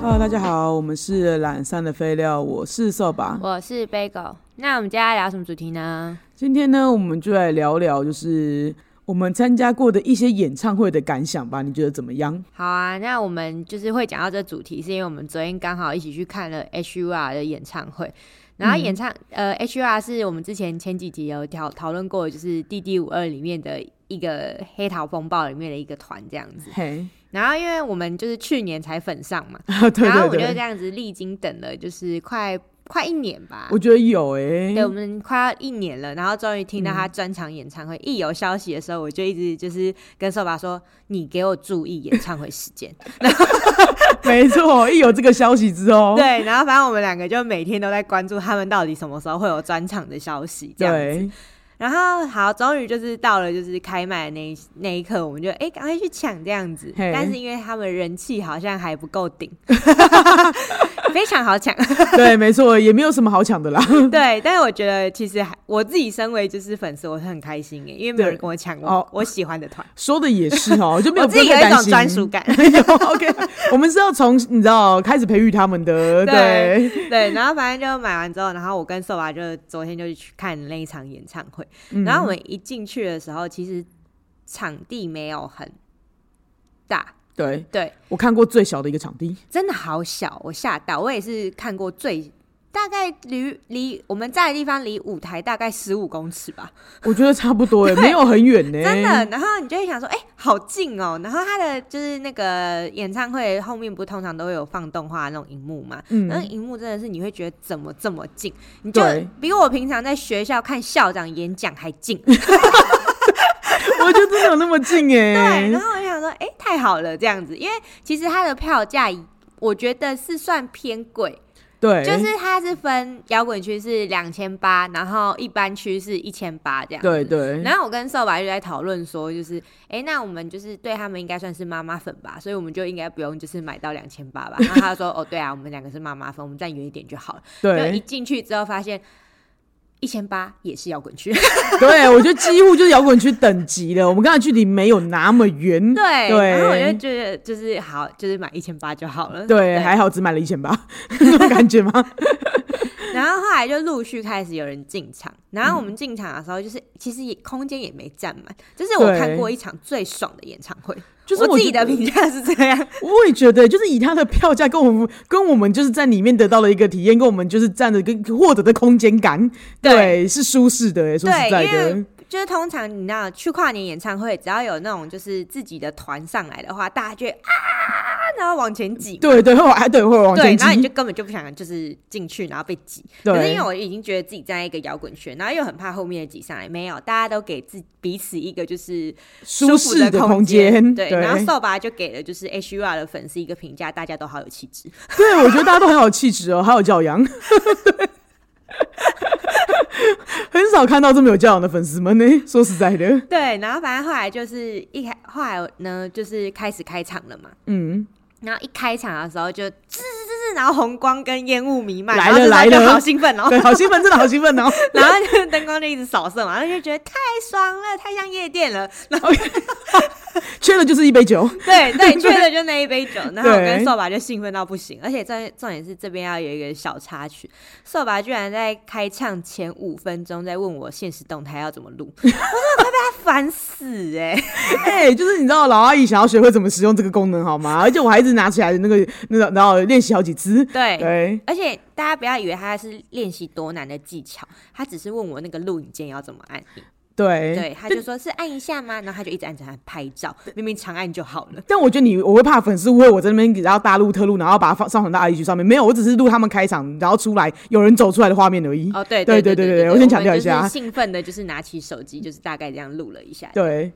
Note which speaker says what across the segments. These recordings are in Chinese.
Speaker 1: Hello，大家好，我们是懒散的废料，我是扫把。
Speaker 2: 我是 Bagel。那我们今天要聊什么主题呢？
Speaker 1: 今天呢，我们就来聊聊，就是我们参加过的一些演唱会的感想吧。你觉得怎么样？
Speaker 2: 好啊，那我们就是会讲到这主题，是因为我们昨天刚好一起去看了 H.U.R 的演唱会。然后演唱、呃 H.U.R 是我们之前前几集有讨讨论过，就是《D D 五二》里面的一个黑桃风暴里面的一个团这样子。
Speaker 1: 嘿、
Speaker 2: 然后因为我们就是去年才粉上嘛，
Speaker 1: 啊， 对
Speaker 2: 然
Speaker 1: 对
Speaker 2: 后我就这
Speaker 1: 对，
Speaker 2: 样子历经等了就是快快一年吧，
Speaker 1: 我觉得有诶、
Speaker 2: 对，我们快要一年了，然后终于听
Speaker 1: 嗯
Speaker 2: 到他专场演唱会、一有消息的时候，我就一直就是跟瘦爸说：“你给我注意演唱会时间。
Speaker 1: 没错，一有这个消息之后，
Speaker 2: 对，然后反正我们两个就每天都在关注他们到底什么时候会有专场的消息，这样子。
Speaker 1: 对，
Speaker 2: 然后好，终于就是到了就是开卖的那一那一刻，我们就哎赶快去抢这样子，
Speaker 1: 嘿
Speaker 2: 但是因为他们人气好像还不 够顶，非常好抢。
Speaker 1: 对，没错，也没有什么好抢的啦。
Speaker 2: 对，但是我觉得其实还我自己身为就是粉丝，我是很开心耶，因为没有人
Speaker 1: 对
Speaker 2: 跟我抢
Speaker 1: 哦
Speaker 2: 我我喜欢的团，
Speaker 1: 说的也是哦， 就没有
Speaker 2: 我
Speaker 1: 不
Speaker 2: 自己
Speaker 1: 用
Speaker 2: 有
Speaker 1: 太担
Speaker 2: 一种
Speaker 1: 心
Speaker 2: 专属。感。
Speaker 1: 有 OK，我们是要从你知道开始培育他们的，对
Speaker 2: 对对，然后反正就买完之后，然后我跟瘦娃就昨天就去看那一场演唱会，
Speaker 1: 嗯
Speaker 2: 然后我们一进去的时候，其实场地没有很大，
Speaker 1: 对
Speaker 2: 对，
Speaker 1: 我看过最小的一个场地，
Speaker 2: 真的好小，我吓到，我也是看过最。大概离离我们在的地方离舞台大概十五公尺吧，
Speaker 1: 我觉得差不多欸 诶，没有很远呢，
Speaker 2: 真的。然后你就会想说，哎、好近哦。然后他的就是那个演唱会后面不通常都会有放动画那种荧幕嘛，
Speaker 1: 嗯
Speaker 2: 那荧幕真的是你会觉得怎么这么近，你就
Speaker 1: 对
Speaker 2: 比我平常在学校看校长演讲还近。
Speaker 1: 我觉得真的有那么近哎、
Speaker 2: 对， 然后我就想说，哎、太好了，这样子，因为其实它的票价我觉得是算偏贵，
Speaker 1: 对，
Speaker 2: 就是它是分摇滚区是两千八，然后一般区是一千八这样。
Speaker 1: 对对
Speaker 2: 然后我跟瘦白就在讨论说，就是哎、诶那我们就是对他们应该算是妈妈粉吧，所以我们就应该不用就是买到两千八吧。然后他就说，哦，对啊，我们两个是妈妈粉，我们站远一点就好了。就
Speaker 1: 对
Speaker 2: 一进去之后发现。一千八也是摇滚 区，
Speaker 1: 对，我觉得几乎就是摇滚区等级了。我们刚才距离没有那么远，
Speaker 2: 对，
Speaker 1: 对
Speaker 2: 然后我就觉得就是好，就是买一千八就好了，
Speaker 1: 对，还好只买了一千八， 那种感觉 吗？
Speaker 2: 然后后来就陆续开始有人进场，然后我们进场的时候，就是、其实也空间也没占满，这是我
Speaker 1: 对
Speaker 2: 看过一场最爽的演唱会，
Speaker 1: 就是
Speaker 2: 我自己
Speaker 1: 觉
Speaker 2: 的
Speaker 1: 得
Speaker 2: 评价是这样。
Speaker 1: 我也觉得，就是以它的票价跟我们跟我们就是在里面得到了一个体验，跟我们就是站的跟获得的空间感，
Speaker 2: 对
Speaker 1: 对，是舒适的、欸。说实
Speaker 2: 对
Speaker 1: 在
Speaker 2: 因
Speaker 1: 的，
Speaker 2: 就是通常你知道去跨年演唱会，只要有那种就是自己的团上来的话，大家就会啊，然后往前挤。
Speaker 1: 对对，会往哎对会往
Speaker 2: 对
Speaker 1: 前，
Speaker 2: 然后你
Speaker 1: 挤，
Speaker 2: 就根本就不想就是进去，然后被挤。可是因
Speaker 1: 对
Speaker 2: 为我已经觉得自己站在一个摇滚圈，然后又很怕后面的挤上来，没有，大家都给自彼此一个就是
Speaker 1: 舒
Speaker 2: 服
Speaker 1: 适的空
Speaker 2: 间。
Speaker 1: 对，
Speaker 2: 对，然后扫把就给了就是 H U R 的粉丝一个评价，大家都好有气 质。
Speaker 1: 对，我觉得大家都很有气质哦，好有教 养。很少看到这么有教养的粉丝们呢、说实在的，
Speaker 2: 对，然后反正后来就是一开，后来呢就是开始开场了嘛。
Speaker 1: 嗯，
Speaker 2: 然后一开场的时候就吱吱吱吱，然后红光跟烟雾弥漫，
Speaker 1: 来
Speaker 2: 然后
Speaker 1: 了
Speaker 2: 这时候
Speaker 1: 来
Speaker 2: 就
Speaker 1: 了
Speaker 2: 好兴奋 哦。
Speaker 1: 对，好兴奋，真的好兴奋哦。
Speaker 2: 然后就灯光就一直扫射嘛，然后就觉得太爽了，太像夜店了。
Speaker 1: 缺的就是一杯酒，
Speaker 2: 对对，缺的就那一杯酒。然后我
Speaker 1: 对
Speaker 2: 跟瘦爸就兴奋到不行，而且重重点是这边要有一个小插曲，瘦爸居然在开唱前五分钟在问我现实动态要怎么 录，我真的快被他烦死哎、
Speaker 1: 哎、就是你知道老阿姨想要学会怎么使用这个功能好吗？而且我还一直拿起来的那个那个，然后练习好几次。
Speaker 2: 对。
Speaker 1: 对，
Speaker 2: 而且大家不要以为他是练习多难的技巧，他只是问我那个录影键要怎么按。
Speaker 1: 对，
Speaker 2: 对，他就说是按一下吗？然后他就一直按着按拍照，明明长按就好了。
Speaker 1: 但我觉得你，我会怕粉丝误会我在那边，然后大录特录，然后把它放上传到 IG 上面。没有，我只是录他们开场，然后出来有人走出来的画面而已。
Speaker 2: 哦，对
Speaker 1: 对
Speaker 2: 对
Speaker 1: 对对
Speaker 2: 对
Speaker 1: 对我先强调一下啊
Speaker 2: 们就是兴奋的，就是拿起手机，就是大概这样录了一下。
Speaker 1: 对，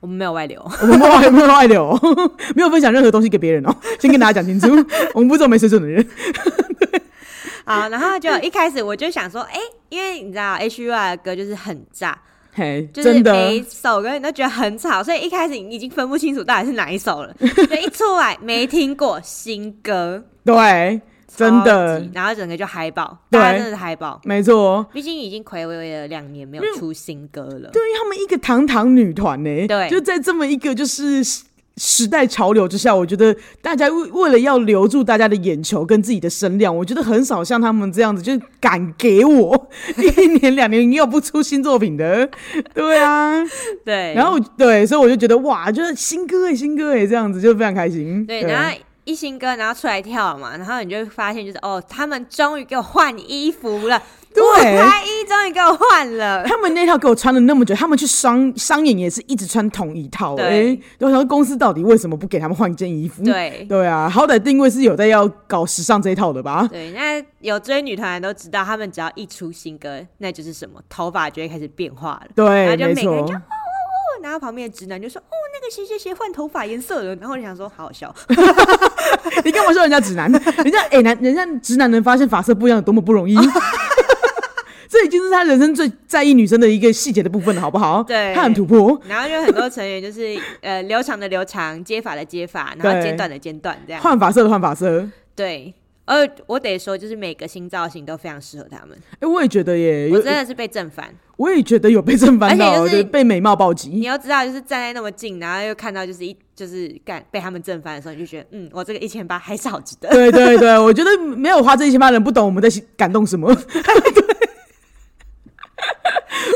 Speaker 2: 我们没有外流。
Speaker 1: 我们没有没有外流、哦， 没有分享任何东西给别人哦， 先跟大家讲 清楚，我们不是这种没水准的人。
Speaker 2: 好，然后就一开始我就想说，哎、因为你知道 H U R 的歌就是很炸，
Speaker 1: 嘿，
Speaker 2: 就是
Speaker 1: 真
Speaker 2: 每
Speaker 1: 的
Speaker 2: 一，首歌你都觉得很吵，所以一开始你已经分不清楚到底是哪一首 了。就一出来没听过新歌，
Speaker 1: 对，真
Speaker 2: 超
Speaker 1: 的
Speaker 2: 级，，然后整个就嗨爆，
Speaker 1: 对
Speaker 2: 大家真的是嗨爆。
Speaker 1: 没错。
Speaker 2: 毕竟已经暌违了两年没有
Speaker 1: 嗯
Speaker 2: 出新歌了，
Speaker 1: 对于他们一个堂堂女团呢、
Speaker 2: 对
Speaker 1: 就在这么一个就是时代潮流之下，我觉得大家为为了要留住大家的眼球跟自己的声量，我觉得很少像他们这样子，就是敢给我 一年两年要不出新作品的，对啊。
Speaker 2: 对，
Speaker 1: 然后对，所以我就觉得哇，就是新歌哎，新歌哎，这样子就非常开心。
Speaker 2: 对，
Speaker 1: 啊
Speaker 2: 然后一新歌，然后出来跳嘛，然后你就会发现就是哦，他们终于给我换衣服了，
Speaker 1: 对
Speaker 2: 舞台衣终于给我换 了，
Speaker 1: 他们那套给我穿了那么久，他们去商商演也是一直穿同一套、
Speaker 2: 对
Speaker 1: 哎，我想说公司到底为什么不给他们换一件衣服？
Speaker 2: 对。
Speaker 1: 对啊，好歹定位是有在要搞时尚这一套的吧？
Speaker 2: 对，那有追女团的都知道，他们只要一出新歌，那就是什么头发就会开始变化了。然后
Speaker 1: 对，
Speaker 2: 就
Speaker 1: 没
Speaker 2: 每个人
Speaker 1: 错
Speaker 2: 就。哦哦哦，然后旁边的直男就说哦，那个谁谁谁换头发颜色了，然后我就想说好好笑，
Speaker 1: 你干嘛说人家直 男？人家哎、男，人家直男能发现发色不一样有多么不 容易。这已经是他人生最在意女生的一个细节的部分了，好不好？
Speaker 2: 对
Speaker 1: 他很突破，
Speaker 2: 然后就很多成员就是呃留长的留长，接发的接发，然后
Speaker 1: 对
Speaker 2: 剪短的剪短这样。
Speaker 1: 换发色的换发色。
Speaker 2: 对，而我得说，就是每个新造型都非常适合他们。
Speaker 1: 哎、我也觉得耶，
Speaker 2: 我
Speaker 1: 有
Speaker 2: 真的是被震翻。
Speaker 1: 我也觉得有被正翻到，
Speaker 2: 而且就是
Speaker 1: 对被美貌暴
Speaker 2: 你
Speaker 1: 击。
Speaker 2: 要知道，就是站在那么近，然后又看到就是一就是干被他们震翻的时候，你就觉得嗯，我这个一千八还是好值得。
Speaker 1: 对对对， 我觉得没有花这一千八的人不懂我们在感动什么。 对，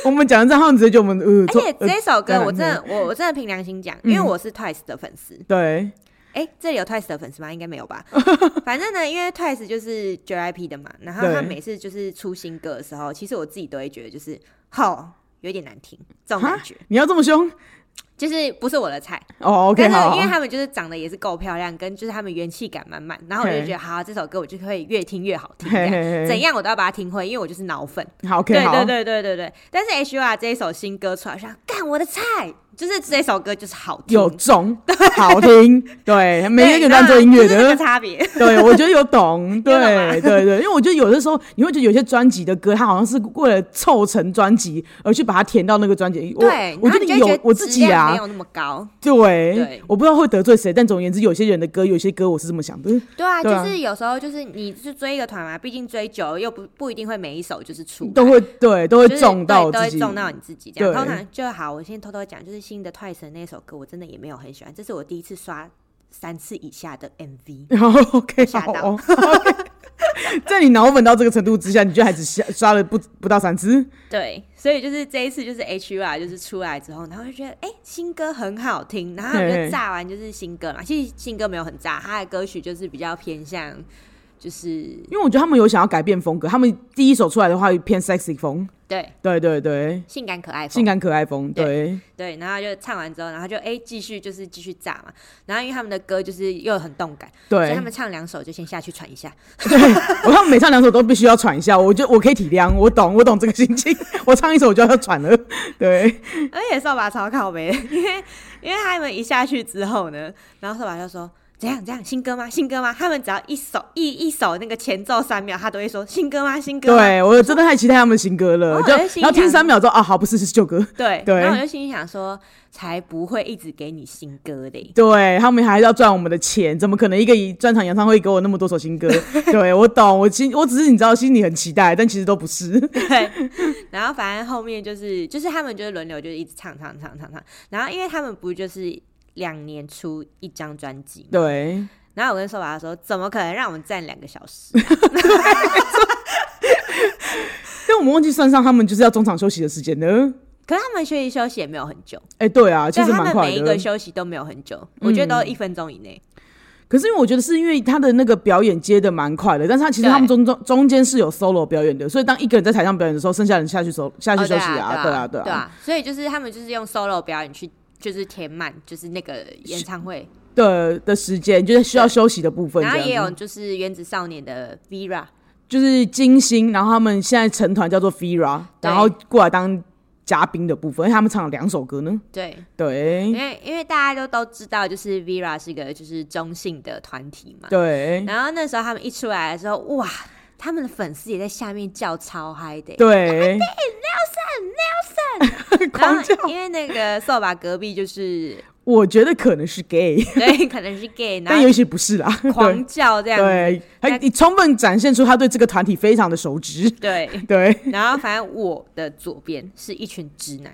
Speaker 1: 我们讲的这样，他们直接就我们呃，
Speaker 2: 而且
Speaker 1: 呃
Speaker 2: 这首歌
Speaker 1: 呃
Speaker 2: 我真的我我真的凭良心讲，
Speaker 1: 嗯
Speaker 2: 因为我是 Twice 的粉丝。
Speaker 1: 对
Speaker 2: 哎、这里有 Twice 的粉丝吗？应该没 有吧。反正呢，因为 Twice 就是 JYP 的嘛，然后他
Speaker 1: 对
Speaker 2: 每次就是出新歌的时候，其实我自己都会觉得就是好有点难听这种感觉，
Speaker 1: 你要这么凶
Speaker 2: 就是不是我的菜。
Speaker 1: 哦，OK，
Speaker 2: 但
Speaker 1: 好
Speaker 2: 是因为
Speaker 1: 好，
Speaker 2: 他们就是长得也是够漂亮，跟就是他们元气感满满，然后我就
Speaker 1: 嘿
Speaker 2: 觉得好，这首歌我就可以越听越好听，这
Speaker 1: 嘿
Speaker 2: 样
Speaker 1: 嘿嘿
Speaker 2: 怎样我都要把它听会，因为我就是脑粉。
Speaker 1: 好，OK，
Speaker 2: 对
Speaker 1: 好，
Speaker 2: 对对对对对。但是 H U R 这一首新歌出来，我想干我的菜，就是这首歌就是好听，
Speaker 1: 有 种，好听，对，每一个人都做音乐
Speaker 2: 对就是这
Speaker 1: 的
Speaker 2: 个，差别。
Speaker 1: 对我觉得有 懂，
Speaker 2: 有懂啊吗
Speaker 1: 对对对，因为我觉得有的时候你会觉得有些专辑的歌，它好像是为了凑成专辑而去把它填到那个专辑。我
Speaker 2: 对，
Speaker 1: 我觉
Speaker 2: 然后你
Speaker 1: 得
Speaker 2: 就
Speaker 1: 有
Speaker 2: 会觉得
Speaker 1: 我自己
Speaker 2: 质量没
Speaker 1: 啊，
Speaker 2: 有那么高。对
Speaker 1: 对，我不知道会得罪谁，但总而言之，有些人的歌，有些歌我是这么想的。
Speaker 2: 对啊，
Speaker 1: 对啊
Speaker 2: 就是有时候就是你是追一个团嘛，毕竟追久了又不不一定会每一首就是出来
Speaker 1: 都会对，都会
Speaker 2: 就是
Speaker 1: 中到我
Speaker 2: 对，都
Speaker 1: 自
Speaker 2: 会
Speaker 1: 己。
Speaker 2: 中到你自己这样。
Speaker 1: 对
Speaker 2: 通常就好，我先偷偷讲，就是新的 Twice 那首歌，我真的也没有很喜欢，这是我第一次刷三次以下的 MV。
Speaker 1: 然后 OK，
Speaker 2: 吓
Speaker 1: 好
Speaker 2: 到
Speaker 1: 哦， 在你脑粉到这个程度之下，你居然还只刷刷了不不到三次，
Speaker 2: 对，所以就是这一次就是 HR 就是出来之后，然后就觉得哎、新歌很好听，然后我
Speaker 1: 嘿
Speaker 2: 就炸完就是新歌
Speaker 1: 嗯
Speaker 2: 嘛。其实新歌没有很炸，他的歌曲就是比较偏向就是
Speaker 1: 因为我觉得他们有想要改变风格，他们第一首出来的话偏 sexy 风，
Speaker 2: 对
Speaker 1: 对对对，
Speaker 2: 性感可爱风
Speaker 1: 性感可爱风，
Speaker 2: 对
Speaker 1: 对
Speaker 2: 对，然后就唱完之后，然后就哎继、续就是继续炸嘛。然后因为他们的歌就是又很动感，所以
Speaker 1: 对
Speaker 2: 他，们唱两首就先下去喘一下。
Speaker 1: 我他们每唱两首都必须要喘一下，我就我可以体谅，我懂我懂这个心情， 我唱一首我就要喘了，对，
Speaker 2: 而且扫把超靠背， 因为因为他们一下去之后呢，然后扫把就说。怎样怎样新歌吗？新歌吗？他们只要一首一一首那个前奏三秒，他都会说新歌吗？新歌吗
Speaker 1: 对我真的太期待他们的新歌了，
Speaker 2: 啊哦
Speaker 1: 就
Speaker 2: 我在心
Speaker 1: 然后听
Speaker 2: 想
Speaker 1: 三秒之后啊，好不是是旧歌，
Speaker 2: 对
Speaker 1: 对
Speaker 2: 然后我就心里想说，才不会一直给你新歌嘞。
Speaker 1: 对他们还是要赚我们的钱，怎么可能一个专场演唱会给我那么多首新歌？对我懂，我心我只是你知道心里很期待，但其实都不是。
Speaker 2: 对，然后反正后面就是就是他们就是轮流就是一直唱唱唱唱唱，然后因为他们不就是两年出一张专辑嘛，
Speaker 1: 对，
Speaker 2: 然后我跟扫把说，怎么可能让我们站两个小时？
Speaker 1: 但我们忘记算上他们就是要中场休息的时间呢。
Speaker 2: 可是他们休息休息也没有很久。
Speaker 1: 哎、对啊，其
Speaker 2: 对
Speaker 1: 实
Speaker 2: 他
Speaker 1: 蛮
Speaker 2: 们
Speaker 1: 快
Speaker 2: 每一
Speaker 1: 的嗯
Speaker 2: 个。休息都没有很久，我觉得都一分钟以内。
Speaker 1: 可是因为我觉得是因为他的那个表演接的蛮快的，但是他其实
Speaker 2: 对
Speaker 1: 他们中中中间是有 solo 表演的，所以当一个人在台上表演的时候，剩下的人下去休下去
Speaker 2: 哦
Speaker 1: 休息
Speaker 2: 啊，
Speaker 1: 对
Speaker 2: 啊，
Speaker 1: 对
Speaker 2: 啊，所以就是他们就是用 solo 表演去，就是填满，就是那个演唱会，
Speaker 1: 的的时间就是需要休息的部分。
Speaker 2: 然后
Speaker 1: 这样
Speaker 2: 也
Speaker 1: 子
Speaker 2: 有就是原子少年的 Vera，
Speaker 1: 就是金星，然后他们现在成团叫做 Fira，
Speaker 2: 对
Speaker 1: 然后过来当嘉宾的部分，因为他们唱了两首歌呢。
Speaker 2: 对，因
Speaker 1: 对
Speaker 2: 为因为大家都都知道，就是 Vera 是个就是中性的团体嘛，
Speaker 1: 对
Speaker 2: 然后那时候他们一出来的时候，哇，他们的粉丝也在下面叫超嗨的、欸
Speaker 1: 对，
Speaker 2: 然
Speaker 1: 狂叫
Speaker 2: 后，因为那个扫把隔壁就是，
Speaker 1: 我觉得可能是 gay，
Speaker 2: 对， 可能是 gay，然
Speaker 1: 但
Speaker 2: 后
Speaker 1: 也许不是啦。对
Speaker 2: 狂叫这样子，
Speaker 1: 对，还你充分展现出他对这个团体非常的熟知。
Speaker 2: 对，
Speaker 1: 对
Speaker 2: 然后反正我的左边是一群直男，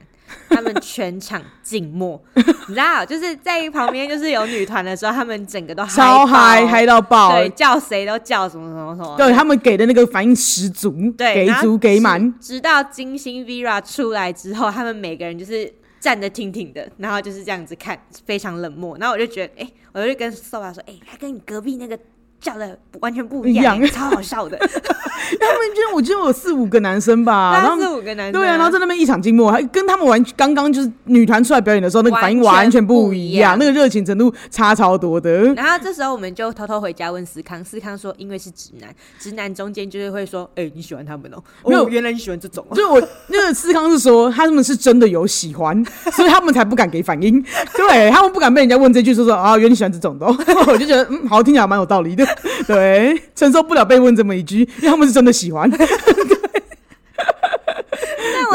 Speaker 2: 他们全场静默， 你知道，就是在旁边就是有女团的时候，他们整个都
Speaker 1: 超嗨嗨
Speaker 2: 到
Speaker 1: 到爆，
Speaker 2: 对，叫谁都叫什么什么什么，
Speaker 1: 对他们给的那个反应十足，
Speaker 2: 对，
Speaker 1: 给
Speaker 2: 然后
Speaker 1: 足给满，
Speaker 2: 直直到金星 Vera 出来之后，他们每个人就是站得挺挺的，然后就是这样子看，非常冷漠。然后我就觉得，哎、我就跟 Soba 说，哎、他跟你隔壁那个叫的完全不一样，
Speaker 1: 一样
Speaker 2: 超好 笑的。
Speaker 1: 他们就我记得有四五个男生吧，然
Speaker 2: 那
Speaker 1: 后
Speaker 2: 四五个男生，
Speaker 1: 对啊，然后在那边一场静默，还跟他们完刚刚就是女团出来表演的时候，那个反应完全不一
Speaker 2: 完全
Speaker 1: 样，那
Speaker 2: 不
Speaker 1: 个热情程度差超多 的。
Speaker 2: 然后这时候我们就偷偷回家问思康，思康说因为是直男，直男中间就是会说，哎、你喜欢他们哦、
Speaker 1: 没有
Speaker 2: 哦，原来你喜欢这 种、哦。
Speaker 1: 所以我那个思康是说，他们是真的有喜欢， 所以他们才不敢给反应。对他们不敢被人家问这句，说说啊，原来你喜欢这种的哦、 我就觉得嗯，好听起来蛮有道理的。对，承受不了被问这么一句，因为他们是真的喜欢。
Speaker 2: 但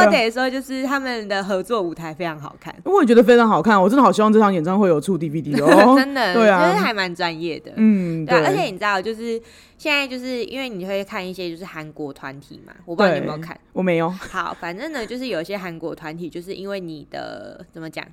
Speaker 2: 我得说，就是他们的合作舞台非常好看，
Speaker 1: 我也觉得非常好看，我真的好希望这场演唱会有出 DVD 的 哦。
Speaker 2: 真的，
Speaker 1: 对
Speaker 2: 就是
Speaker 1: 啊，
Speaker 2: 还蛮专业的。
Speaker 1: 嗯，
Speaker 2: 对、
Speaker 1: 对，
Speaker 2: 啊，而且你知道，就是现在就是因为你会看一些就是韩国团体嘛，我不知道你有没有
Speaker 1: 对
Speaker 2: 看。
Speaker 1: 我没有，
Speaker 2: 好，反正呢，就是有一些韩国团体，就是因为你的怎么讲，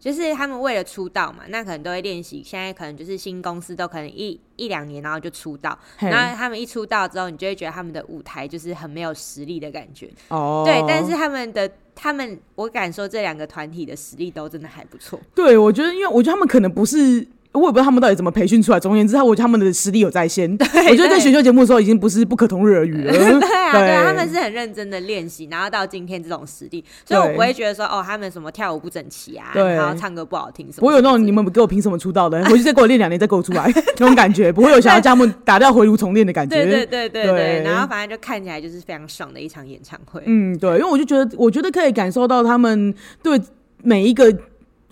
Speaker 2: 就是他们为了出道嘛，那可能都会练习。现在可能就是新公司都可能一一两年，然后就出道。
Speaker 1: 嘿
Speaker 2: 然后他们一出道之后，你就会觉得他们的舞台就是很没有实力的感觉。
Speaker 1: 哦，
Speaker 2: 对，但是他们的他们，我敢说这两个团体的实力都真的还不错。
Speaker 1: 对，我觉得，因为我觉得他们可能不是，我也不知道他们到底怎么培训出来。总而言之，他我觉得他们的实力有在先。我觉得在
Speaker 2: 对
Speaker 1: 选秀节目的时候，已经不是不可同日而语了。
Speaker 2: 对啊，
Speaker 1: 嗯对
Speaker 2: 对啊，他们是很认真的练习，然后到今天这种实力，所以我
Speaker 1: 对
Speaker 2: 不会觉得说哦，他们什么跳舞不整齐啊，
Speaker 1: 对
Speaker 2: 然后唱歌不好听什么。
Speaker 1: 不会有那种你们给我凭什么出道的，回去再给我练两年再给我出 来那种感觉，不会有想要将他们打掉回炉重练的感觉。
Speaker 2: 对对对对对，
Speaker 1: 对
Speaker 2: 然后反正就看起来就是非常爽的一场演唱会。
Speaker 1: 嗯，对，因为我就觉得，我觉得可以感受到他们对每一个。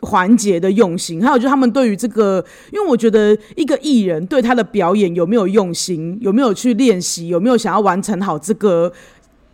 Speaker 1: 环节的用心，还有就是他们对于这个，因为我觉得一个艺人对他的表演有没有用心，有没有去练习，有没有想要完成好这个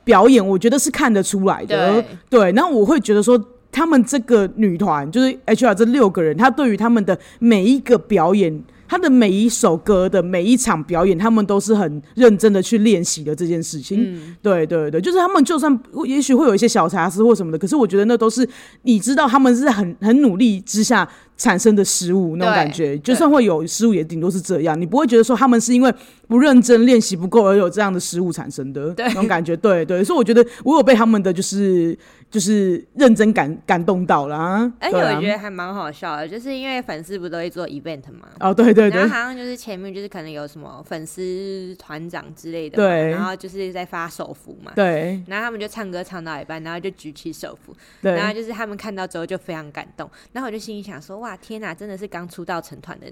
Speaker 1: 表演，我觉得是看得出来的。对，啊然后我会觉得说，他们这个女团就是 HR 这六个人，他对于他们的每一个表演，他的每一首歌的每一场表演，他们都是很认真的去练习的这件事情。对对对，就是他们就算也许会有一些小瑕疵或什么的，可是我觉得那都是你知道他们是很很努力之下产生的失误那种
Speaker 2: 对
Speaker 1: 感觉，就
Speaker 2: 对
Speaker 1: 算会有失误，也顶多是这样，你不会觉得说他们是因为不认真练习不够而有这样的失误产生的
Speaker 2: 对
Speaker 1: 那种感觉。对对，所以我觉得我有被他们的就是就是认真感感动到了啊。
Speaker 2: 而且
Speaker 1: 对啊
Speaker 2: 我觉得还蛮好笑的，就是因为粉丝不都会做 event 嘛，
Speaker 1: 哦，对对对
Speaker 2: 然后，好像就是前面就是可能有什么粉丝团长之类的嘛，
Speaker 1: 对
Speaker 2: 然后就是在发手幅嘛，
Speaker 1: 对
Speaker 2: 然后他们就唱歌唱到一半，然后就举起手幅，然后
Speaker 1: 对，
Speaker 2: 就是他们看到之后就非常感动，然后我就心里想说，哇，天哪，真的是刚出道成团的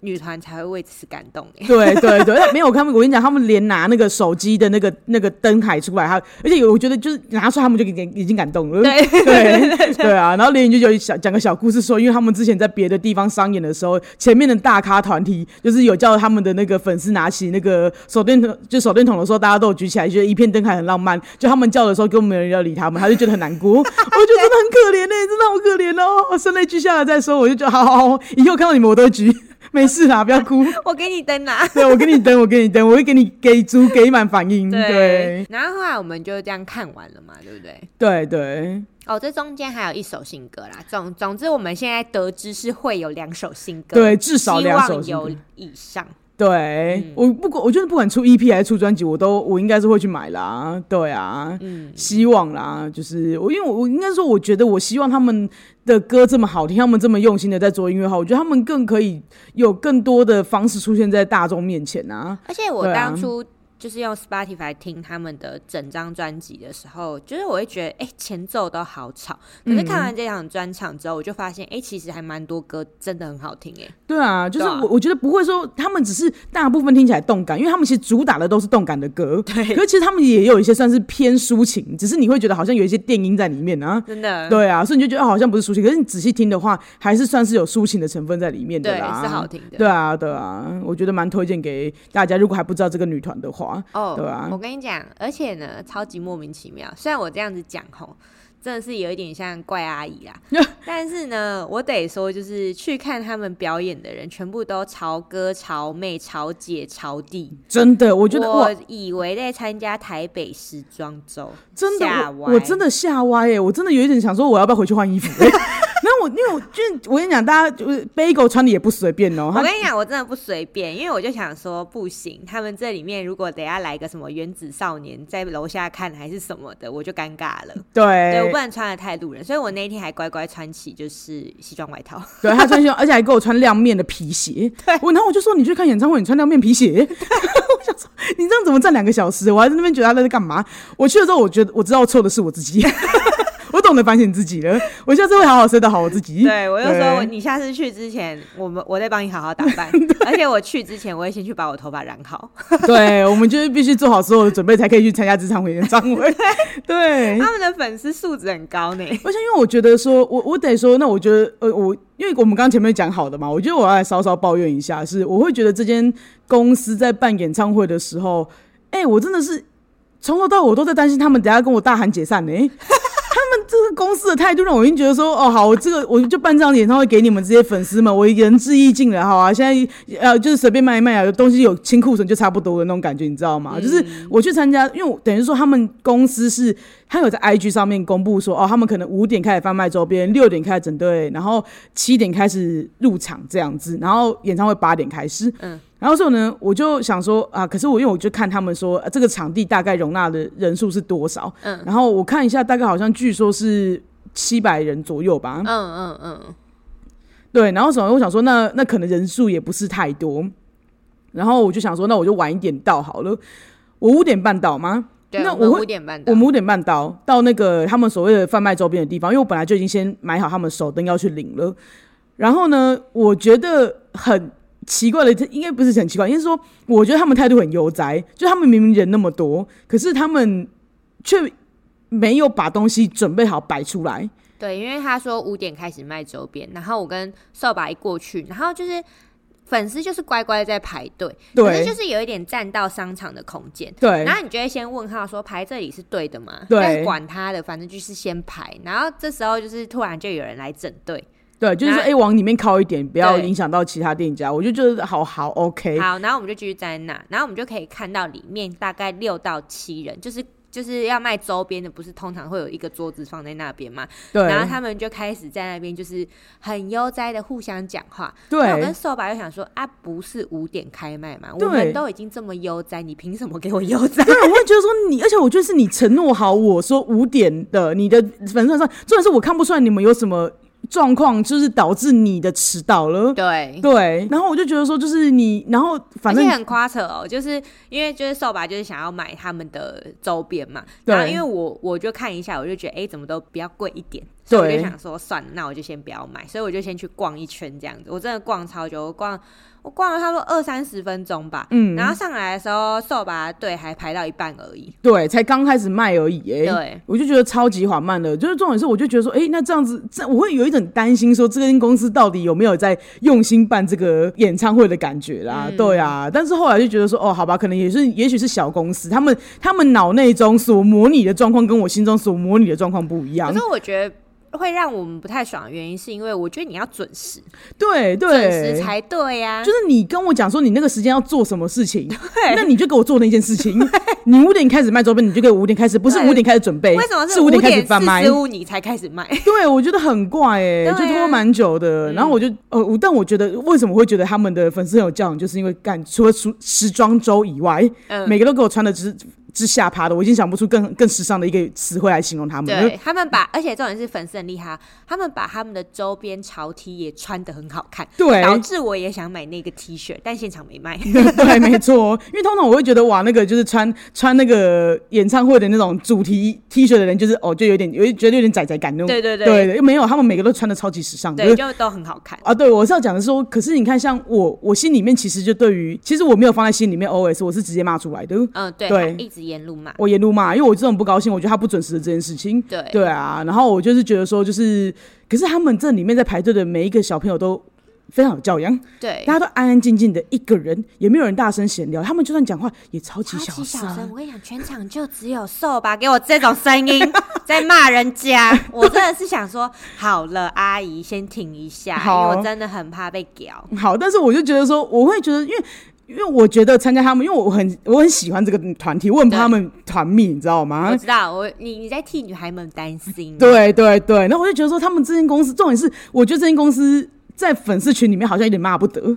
Speaker 2: 女团才会为此感动 哎、
Speaker 1: 对对对，没有他们，我跟你讲，他们连拿那个手机的那个那个灯海出来，他而且有我觉得就是拿出来，他们就已经已经感动了。
Speaker 2: 对
Speaker 1: 对对啊，然后连云就有一小讲个小故事说，因为他们之前在别的地方商演的时候，前面的大咖团体就是有叫他们的那个粉丝拿起那个手电筒，就手电筒的时候，大家都有举起来，觉得一片灯海很浪漫。就他们叫的时候，根本没有人要理他们，他就觉得很难过。 我觉得真的很可怜呢、真的好可怜哦，声泪俱下了再说。我就觉得好好，好以后看到你们我都会举， 没事啦，不要哭。
Speaker 2: 我给你灯啦。
Speaker 1: 对，我给你等，我给你等，我会给你给足给满反应。嗯对
Speaker 2: 然后后来我们就这样看完了嘛，对不对？
Speaker 1: 对对，
Speaker 2: 哦，这中间还有一首新歌啦。总总之，我们现在得知是会有两首新歌，
Speaker 1: 对至少
Speaker 2: 希
Speaker 1: 两
Speaker 2: 望
Speaker 1: 首新歌
Speaker 2: 有嗯以上。
Speaker 1: 对、我不管，我觉得不管出 EP 还是出专辑，我都我应该是会去买啦。对啊，
Speaker 2: 嗯，
Speaker 1: 希望啦，就是我因为我我应该说，我觉得我希望他们的歌这么好听，他们这么用心的在做音乐后，我觉得他们更可以有更多的方式出现在大众面前啊。
Speaker 2: 而且我
Speaker 1: 对啊
Speaker 2: 当初就是用 Spotify 听他们的整张专辑的时候，就是我会觉得，哎、前奏都好吵。可是看完这场专场之后，我就发现，哎、其实还蛮多歌真的很好听、哎，
Speaker 1: 对啊，就是
Speaker 2: 对啊
Speaker 1: 我我觉得不会说他们只是大部分听起来动感，因为他们其实主打的都是动感的歌，
Speaker 2: 对
Speaker 1: 可是其实他们也有一些算是偏抒情，只是你会觉得好像有一些电音在里面啊。
Speaker 2: 真的，
Speaker 1: 对啊，所以你就觉得、哦好像不是抒情，可是你仔细听的话，还是算是有抒情的成分在里面
Speaker 2: 对，
Speaker 1: 的啦。
Speaker 2: 是好听的。
Speaker 1: 对啊，对啊，我觉得蛮推荐给大家。如果还不知道这个女团的话，
Speaker 2: 哦、
Speaker 1: 对啊
Speaker 2: 我跟你讲，而且呢，超级莫名其妙。虽然我这样子讲吼，真的是有一点像怪阿姨啦。 但是呢，我得说，就是去看他们表演的人，全部都潮哥、潮妹、潮姐、潮弟。
Speaker 1: 真的，我觉得哇
Speaker 2: 我，以为在参加台北时装周，
Speaker 1: 真的
Speaker 2: 吓，
Speaker 1: 我
Speaker 2: 歪
Speaker 1: 我真的吓歪欸耶！我真的有一点想说，我要不要回去换衣服？ 然后我因为我就是我跟你讲，大家就是 Bagel 穿的也不随便哦，
Speaker 2: 我
Speaker 1: 他
Speaker 2: 跟你讲，我真的不随便，因为我就想说，不行，他们这里面如果等一下来个什么原子少年在楼下看还是什么的，我就尴尬了。对，我
Speaker 1: 对
Speaker 2: 不能穿的太路人，所以我那一天还乖乖穿起就是西装外套。
Speaker 1: 对，他穿西装，而且还给我穿亮面的皮鞋。我然后我就说，你去看演唱会，你穿亮面皮鞋？ 我想说，你这样怎么站两个小时？我还在那边觉得他在干嘛？我去了之后，我觉得我知道错的是我自 己，我懂得反省自己了。我下次会好好收拾好我自己。
Speaker 2: 对，我就说我
Speaker 1: 对
Speaker 2: 你下次去之前，我们我再帮你好好打 扮，而且我去之前我会先去把我头发染好。
Speaker 1: 对，我们就是必须做好所有的准备，才可以去参加这场演唱 会。对，
Speaker 2: 他们的粉丝素质很高呢，
Speaker 1: 而且因为我觉得说，我我得说，那我觉得呃，我因为我们刚刚前面讲好的嘛，我觉得我要来稍稍抱怨一下，是我会觉得这间公司在办演唱会的时候，哎、我真的是从头到尾我都在担心他们等下跟我大喊解散呢、他们这个公司的态度让我已经觉得说，哦，好，我这个我就办这场演唱会给你们这些粉丝们，我仁至义尽了，好啊。现在呃，就是随便卖一卖啊，有东西有清库存就差不多的那种感觉，你知道吗？就是我去参加，因为我等于说他们公司是他有在 IG 上面公布说，哦，他们可能五点开始贩卖周边，六点开始整队，然后七点开始入场这样子，然后演唱会八点开始。嗯，然后之后呢，我就想说啊，可是我因为我就看他们说、呃这个场地大概容纳的人数是多少，嗯，然后我看一下，大概好像据说是七百人左右吧，
Speaker 2: 嗯嗯嗯，
Speaker 1: 对，然后所以我想说那，那可能人数也不是太多，然后我就想说，那我就晚一点到好了。我五点半到吗？
Speaker 2: 对，
Speaker 1: 那
Speaker 2: 我们
Speaker 1: 我会
Speaker 2: 五点半到
Speaker 1: 我，们五点半到，到那个他们所谓的贩卖周边的地方，因为我本来就已经先买好他们手灯要去领了。然后呢，我觉得很奇怪的，应该不是很奇怪，应该是说，我觉得他们态度很悠哉，就他们明明人那么多，可是他们却没有把东西准备好摆出来。
Speaker 2: 对，因为他说五点开始卖周边，然后我跟扫把一过去，然后就是粉丝就是乖乖在排队，可
Speaker 1: 对
Speaker 2: 是就，是有一点占到商场的空间。
Speaker 1: 对
Speaker 2: 然，后你就会先问号说排这里是对的吗？
Speaker 1: 对
Speaker 2: 但是管他的，反正就是先排。然后这时候就是突然就有人来整队，
Speaker 1: 对，就是说，
Speaker 2: 那
Speaker 1: 哎、往里面靠一点，不要
Speaker 2: 对
Speaker 1: 影响到其他店家。我就觉得好好 OK，
Speaker 2: 好，然后我们就继续站在那，然后我们就可以看到里面大概六到七人，就是就是要卖周边的，不是通常会有一个桌子放在那边嘛？然后
Speaker 1: 对
Speaker 2: 他们就开始在那边就是很悠哉的互相讲话。那我
Speaker 1: 对
Speaker 2: 跟瘦白又想说啊，不是五点开卖嘛，我
Speaker 1: 对
Speaker 2: 们都已经这么悠哉，你凭什么给我悠哉？
Speaker 1: 对，我会觉得说你， 而且我觉得是你承诺好我说五点的，你的粉丝上，重点是我看不出来你们有什么状况，就是导致你的迟到了。
Speaker 2: 对。
Speaker 1: 对，然后我就觉得说，就是你，然后反
Speaker 2: 而
Speaker 1: 正
Speaker 2: 且很夸扯哦，就是因为就是瘦吧，就是想要买他们的周边嘛。
Speaker 1: 对
Speaker 2: 然后因为我我就看一下，我就觉得哎、怎么都比较贵一点，所以我
Speaker 1: 对
Speaker 2: 就想说算了，那我就先不要买，所以我就先去逛一圈这样子。我真的逛超久，我逛我逛了差不多二三十分钟吧。
Speaker 1: 嗯
Speaker 2: 然后上来的时候，瘦吧队还排到一半而已。
Speaker 1: 对，才刚开始卖而已、哎，
Speaker 2: 对
Speaker 1: 我就觉得超级缓慢的，就是重点是，我就觉得说，哎、那这样子，这我会有一点担心，说这间公司到底有没有在用心办这个演唱会的感觉啦？
Speaker 2: 嗯
Speaker 1: 对啊，但是后来就觉得说，哦，好吧，可能也是，也许是小公司，他们他们脑内中所模拟的状况跟我心中所模拟的状况不一样
Speaker 2: 可是。我觉得会让我们不太爽的原因，是因为我觉得你要准时，
Speaker 1: 对
Speaker 2: 准时
Speaker 1: 对，
Speaker 2: 才对呀、
Speaker 1: 就是你跟我讲说你那个时间要做什么事情，
Speaker 2: 对
Speaker 1: 那你就给我做那件事 情。你五点开始卖周边，你就给我五点开始，不是
Speaker 2: 对
Speaker 1: 五点开始准备，
Speaker 2: 为什么
Speaker 1: 是
Speaker 2: 五
Speaker 1: 点开
Speaker 2: 点
Speaker 1: 始贩卖
Speaker 2: 四十？五你才开始卖？
Speaker 1: 对，我觉得很怪哎、
Speaker 2: 对啊嗯
Speaker 1: 就拖蛮久的。然后我就呃，我但我觉得为什么会觉得他们的粉丝很有教养，就是因为干除了时时装周以外，
Speaker 2: 嗯，
Speaker 1: 每个都给我穿的之之下趴的，我已经想不出更 更时尚的一个词汇来形容他们了。
Speaker 2: 对他们把，而且重点是粉丝很厉害，哦他们把他们的周边潮 T 也穿的很好看，
Speaker 1: 对
Speaker 2: 导致我也想买那个 T 恤，但现场没卖。
Speaker 1: 对，没错，因为通常我会觉得哇，那个就是穿穿那个演唱会的那种主题 T 恤的人，就是哦，就有点有觉得有点仔仔感那种。
Speaker 2: 对对对
Speaker 1: 对，又没有，他们每个都穿的超级时尚的，
Speaker 2: 对，就都很好看。
Speaker 1: 啊，对，我是要讲的是说，可是你看，像我，我心里面其实就对于，其实我没有放在心里面，OS，我是直接骂出来的，
Speaker 2: 嗯，对，
Speaker 1: 对
Speaker 2: 一直沿路骂。
Speaker 1: 我沿路骂，因为我这种不高兴，我觉得他不准时的这件事情，
Speaker 2: 对
Speaker 1: 对啊，然后我就是觉得说，就是，可是他们这里面在排队的每一个小朋友都。非常有教养，
Speaker 2: 对，
Speaker 1: 大家都安安静静的一个人，也没有人大声闲聊。他们就算讲话也超级
Speaker 2: 超级
Speaker 1: 声，
Speaker 2: 小
Speaker 1: 嗯
Speaker 2: 声，我跟你讲，全场就只有瘦吧，给我这种声音，在骂人家，我真的是想说，好了，阿姨先停一下，因
Speaker 1: 好
Speaker 2: 为我真的很怕被屌。
Speaker 1: 好，但是我就觉得说，我会觉得，因为因为我觉得参加他们，因为我很我很喜欢这个团体，我很怕他们团灭，你知道吗
Speaker 2: 我？知道，我你你在替女孩们担心。，
Speaker 1: 啊对对对，那我就觉得说，他们这间公司，重点是，我觉得这间公司在粉丝群里面好像有点骂不得。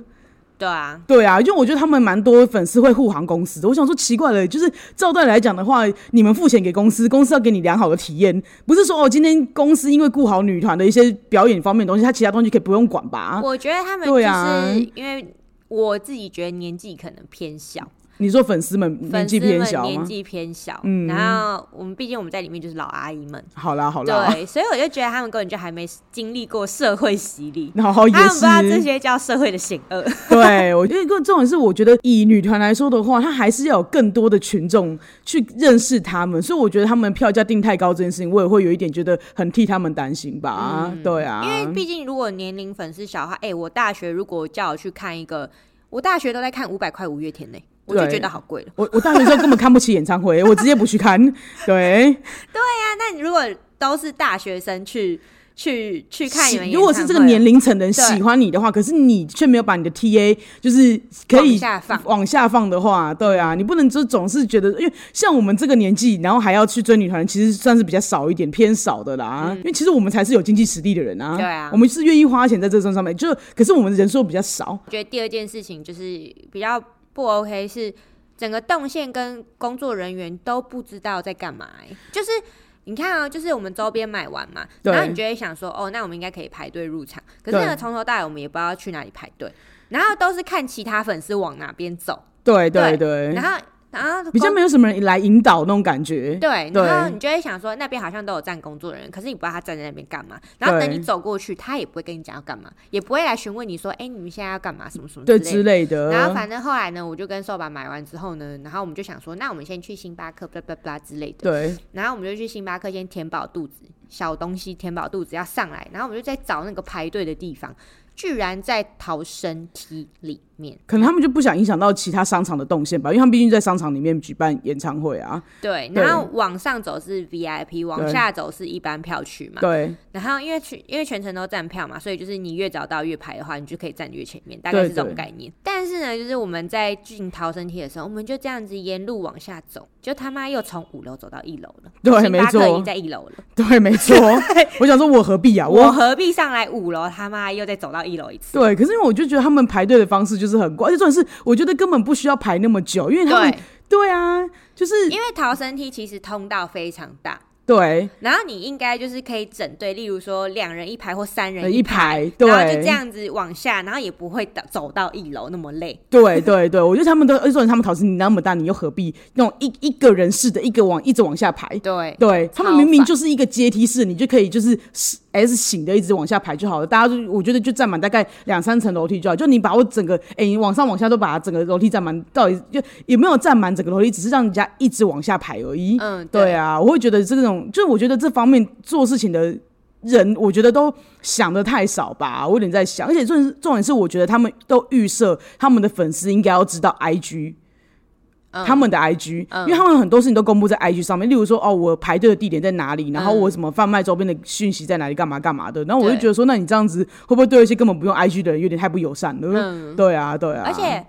Speaker 2: 对啊，
Speaker 1: 对啊，因为我觉得他们蛮多粉丝会护航公司的。我想说奇怪了，就是照道理来讲的话，你们付钱给公司，公司要给你良好的体验，不是说哦，今天公司因为顾好女团的一些表演方面的东西，他其他东西可以不用管吧？
Speaker 2: 我觉得他们就
Speaker 1: 对啊
Speaker 2: 是因为我自己觉得年纪可能偏小，
Speaker 1: 你说粉丝们嗯年
Speaker 2: 粉
Speaker 1: 纪
Speaker 2: 丝
Speaker 1: 偏
Speaker 2: 们
Speaker 1: 小
Speaker 2: 年
Speaker 1: 吗？
Speaker 2: 纪偏小，
Speaker 1: 嗯
Speaker 2: 然后我们毕竟我们在里面就是老阿姨们，
Speaker 1: 好啦好啦，
Speaker 2: 对，所以我就觉得他们根本就还没经历过社会洗礼，
Speaker 1: 然哦后也
Speaker 2: 他们不
Speaker 1: 是
Speaker 2: 知道这些叫社会的险恶。
Speaker 1: 对，我觉得更重点是，我觉得以女团来说的话，她还是要有更多的群众去认识她们，所以我觉得她们票价定太高这件事情，我也会有一点觉得很替她们担心吧。对啊，
Speaker 2: 嗯因为毕竟如果年龄粉丝小的话，哎、我大学如果叫我去看一个，我大学都在看五百块五月天呢、我就
Speaker 1: 对
Speaker 2: 觉得好贵了。
Speaker 1: 我我大学的时候根本看不起演唱会，我直接不去看。对，
Speaker 2: 那那你如果都是大学生去去 去看你们
Speaker 1: 喜
Speaker 2: 演唱会，啊
Speaker 1: 如果是这个年龄层的人
Speaker 2: 对
Speaker 1: 喜欢你的话，可是你却没有把你的 TA 就是可以
Speaker 2: 往下放
Speaker 1: 往下放的话，对啊，你不能就总是觉得，因为像我们这个年纪，然后还要去追女团，其实算是比较少一点偏少的啦。因为其实我们才是有经济实力的人啊，
Speaker 2: 嗯对啊
Speaker 1: 我们是愿意花钱在这上上面，就可是我们人数比较少。
Speaker 2: 我觉得第二件事情就是比较不 OK，是整个动线跟工作人员都不知道在干嘛欸、就是。你看啊、就是我们周边买完嘛，
Speaker 1: 对
Speaker 2: 然后你就会想说，哦，那我们应该可以排队入场。可是
Speaker 1: 对
Speaker 2: 那个从头到尾我们也不知道去哪里排队，然后都是看其他粉丝往哪边走，
Speaker 1: 对对
Speaker 2: 对
Speaker 1: 对，
Speaker 2: 然后然后
Speaker 1: 哎比较
Speaker 2: 工
Speaker 1: 没有什么人来引导那种感觉。
Speaker 2: 对，
Speaker 1: 对
Speaker 2: 然后你就会想说那边好像都有站工作人员，可是你不知道他站在那边干嘛。然后等
Speaker 1: 对
Speaker 2: 你走过去，他也不会跟你讲要干嘛，也不会来询问你说，哎、你们现在要干嘛，什么什么
Speaker 1: 对
Speaker 2: 之类
Speaker 1: 之
Speaker 2: 的。
Speaker 1: 类的，
Speaker 2: 嗯然后反正后来呢，我就跟瘦爸买完之后呢，然后我们就想说，那我们先去星巴克，blah blah blah 之类的。
Speaker 1: 对
Speaker 2: 然后我们就去星巴克先填饱肚子，小东西填饱肚子要上来，然后我们就在找那个排队的地方，居然在逃生梯里面。
Speaker 1: 可能他们就不想影响到其他商场的动线吧，因为他们毕竟在商场里面举办演唱会啊。
Speaker 2: 对，
Speaker 1: 对
Speaker 2: 然后往上走是 VIP，往
Speaker 1: 对
Speaker 2: 下走是一般票区嘛。
Speaker 1: 对
Speaker 2: 然后因为全因为全程都站票嘛，所以就是你越早到越排的话，你就可以站越前面，大概
Speaker 1: 对
Speaker 2: 是这种
Speaker 1: 对
Speaker 2: 概念。但是呢，就是我们在进逃生梯的时候，我们就这样子沿路往下走，就他妈又从五楼走到一楼了。
Speaker 1: 对
Speaker 2: 星巴
Speaker 1: 没错
Speaker 2: 克已经在一楼了，
Speaker 1: 对，没 错。我想说，我何必啊？
Speaker 2: 我
Speaker 1: 我
Speaker 2: 何必上来五楼，他妈又再走到一楼一次？
Speaker 1: 对，可是因为我就觉得他们排队的方式就是很怪，而且重点是，我觉得根本不需要排那么久，因为他们
Speaker 2: 对，
Speaker 1: 对啊，就是
Speaker 2: 因为逃生梯其实通道非常大，
Speaker 1: 对
Speaker 2: 然后你应该就是可以整队，例如说两人一排或三
Speaker 1: 呃
Speaker 2: 人
Speaker 1: 一
Speaker 2: 一排。
Speaker 1: 排，
Speaker 2: 然后就这
Speaker 1: 对
Speaker 2: 样子往下，然后也不会到走到一楼那么累。
Speaker 1: 对对对，我觉得他们都，而且重点是他们考试你那么大，你又何必那种一一个人式的，一个往一直往下排？
Speaker 2: 对，
Speaker 1: 对他们
Speaker 2: 超
Speaker 1: 明明
Speaker 2: 烦
Speaker 1: 就是一个阶梯式，你就可以就是 S 型的一直往下排就好了。大家就我觉得就站满大概两三层楼梯就好，就你把我整个哎、你往上往下都把整个楼梯站满，到底就也没有站满整个楼梯，只是让人家一直往下排而已。
Speaker 2: 嗯，
Speaker 1: 对啊，我会觉得这种，就我觉得这方面做事情的人，我觉得都想的太少吧。我有点在想，而且重重点是，我觉得他们都预设他们的粉丝应该要知道 IG。
Speaker 2: 嗯
Speaker 1: 他们的 IG，、因为他们很多事情都公布在 IG 上面，例如说哦，我排队的地点在哪里，然后我什么贩卖周边的讯息在哪里，干嘛干嘛的。然后我就
Speaker 2: 嗯对
Speaker 1: 觉得说，那你这样子会不会对一些根本不用 IG 的人有点太不友善了？
Speaker 2: 嗯
Speaker 1: 对啊，对啊，
Speaker 2: 而且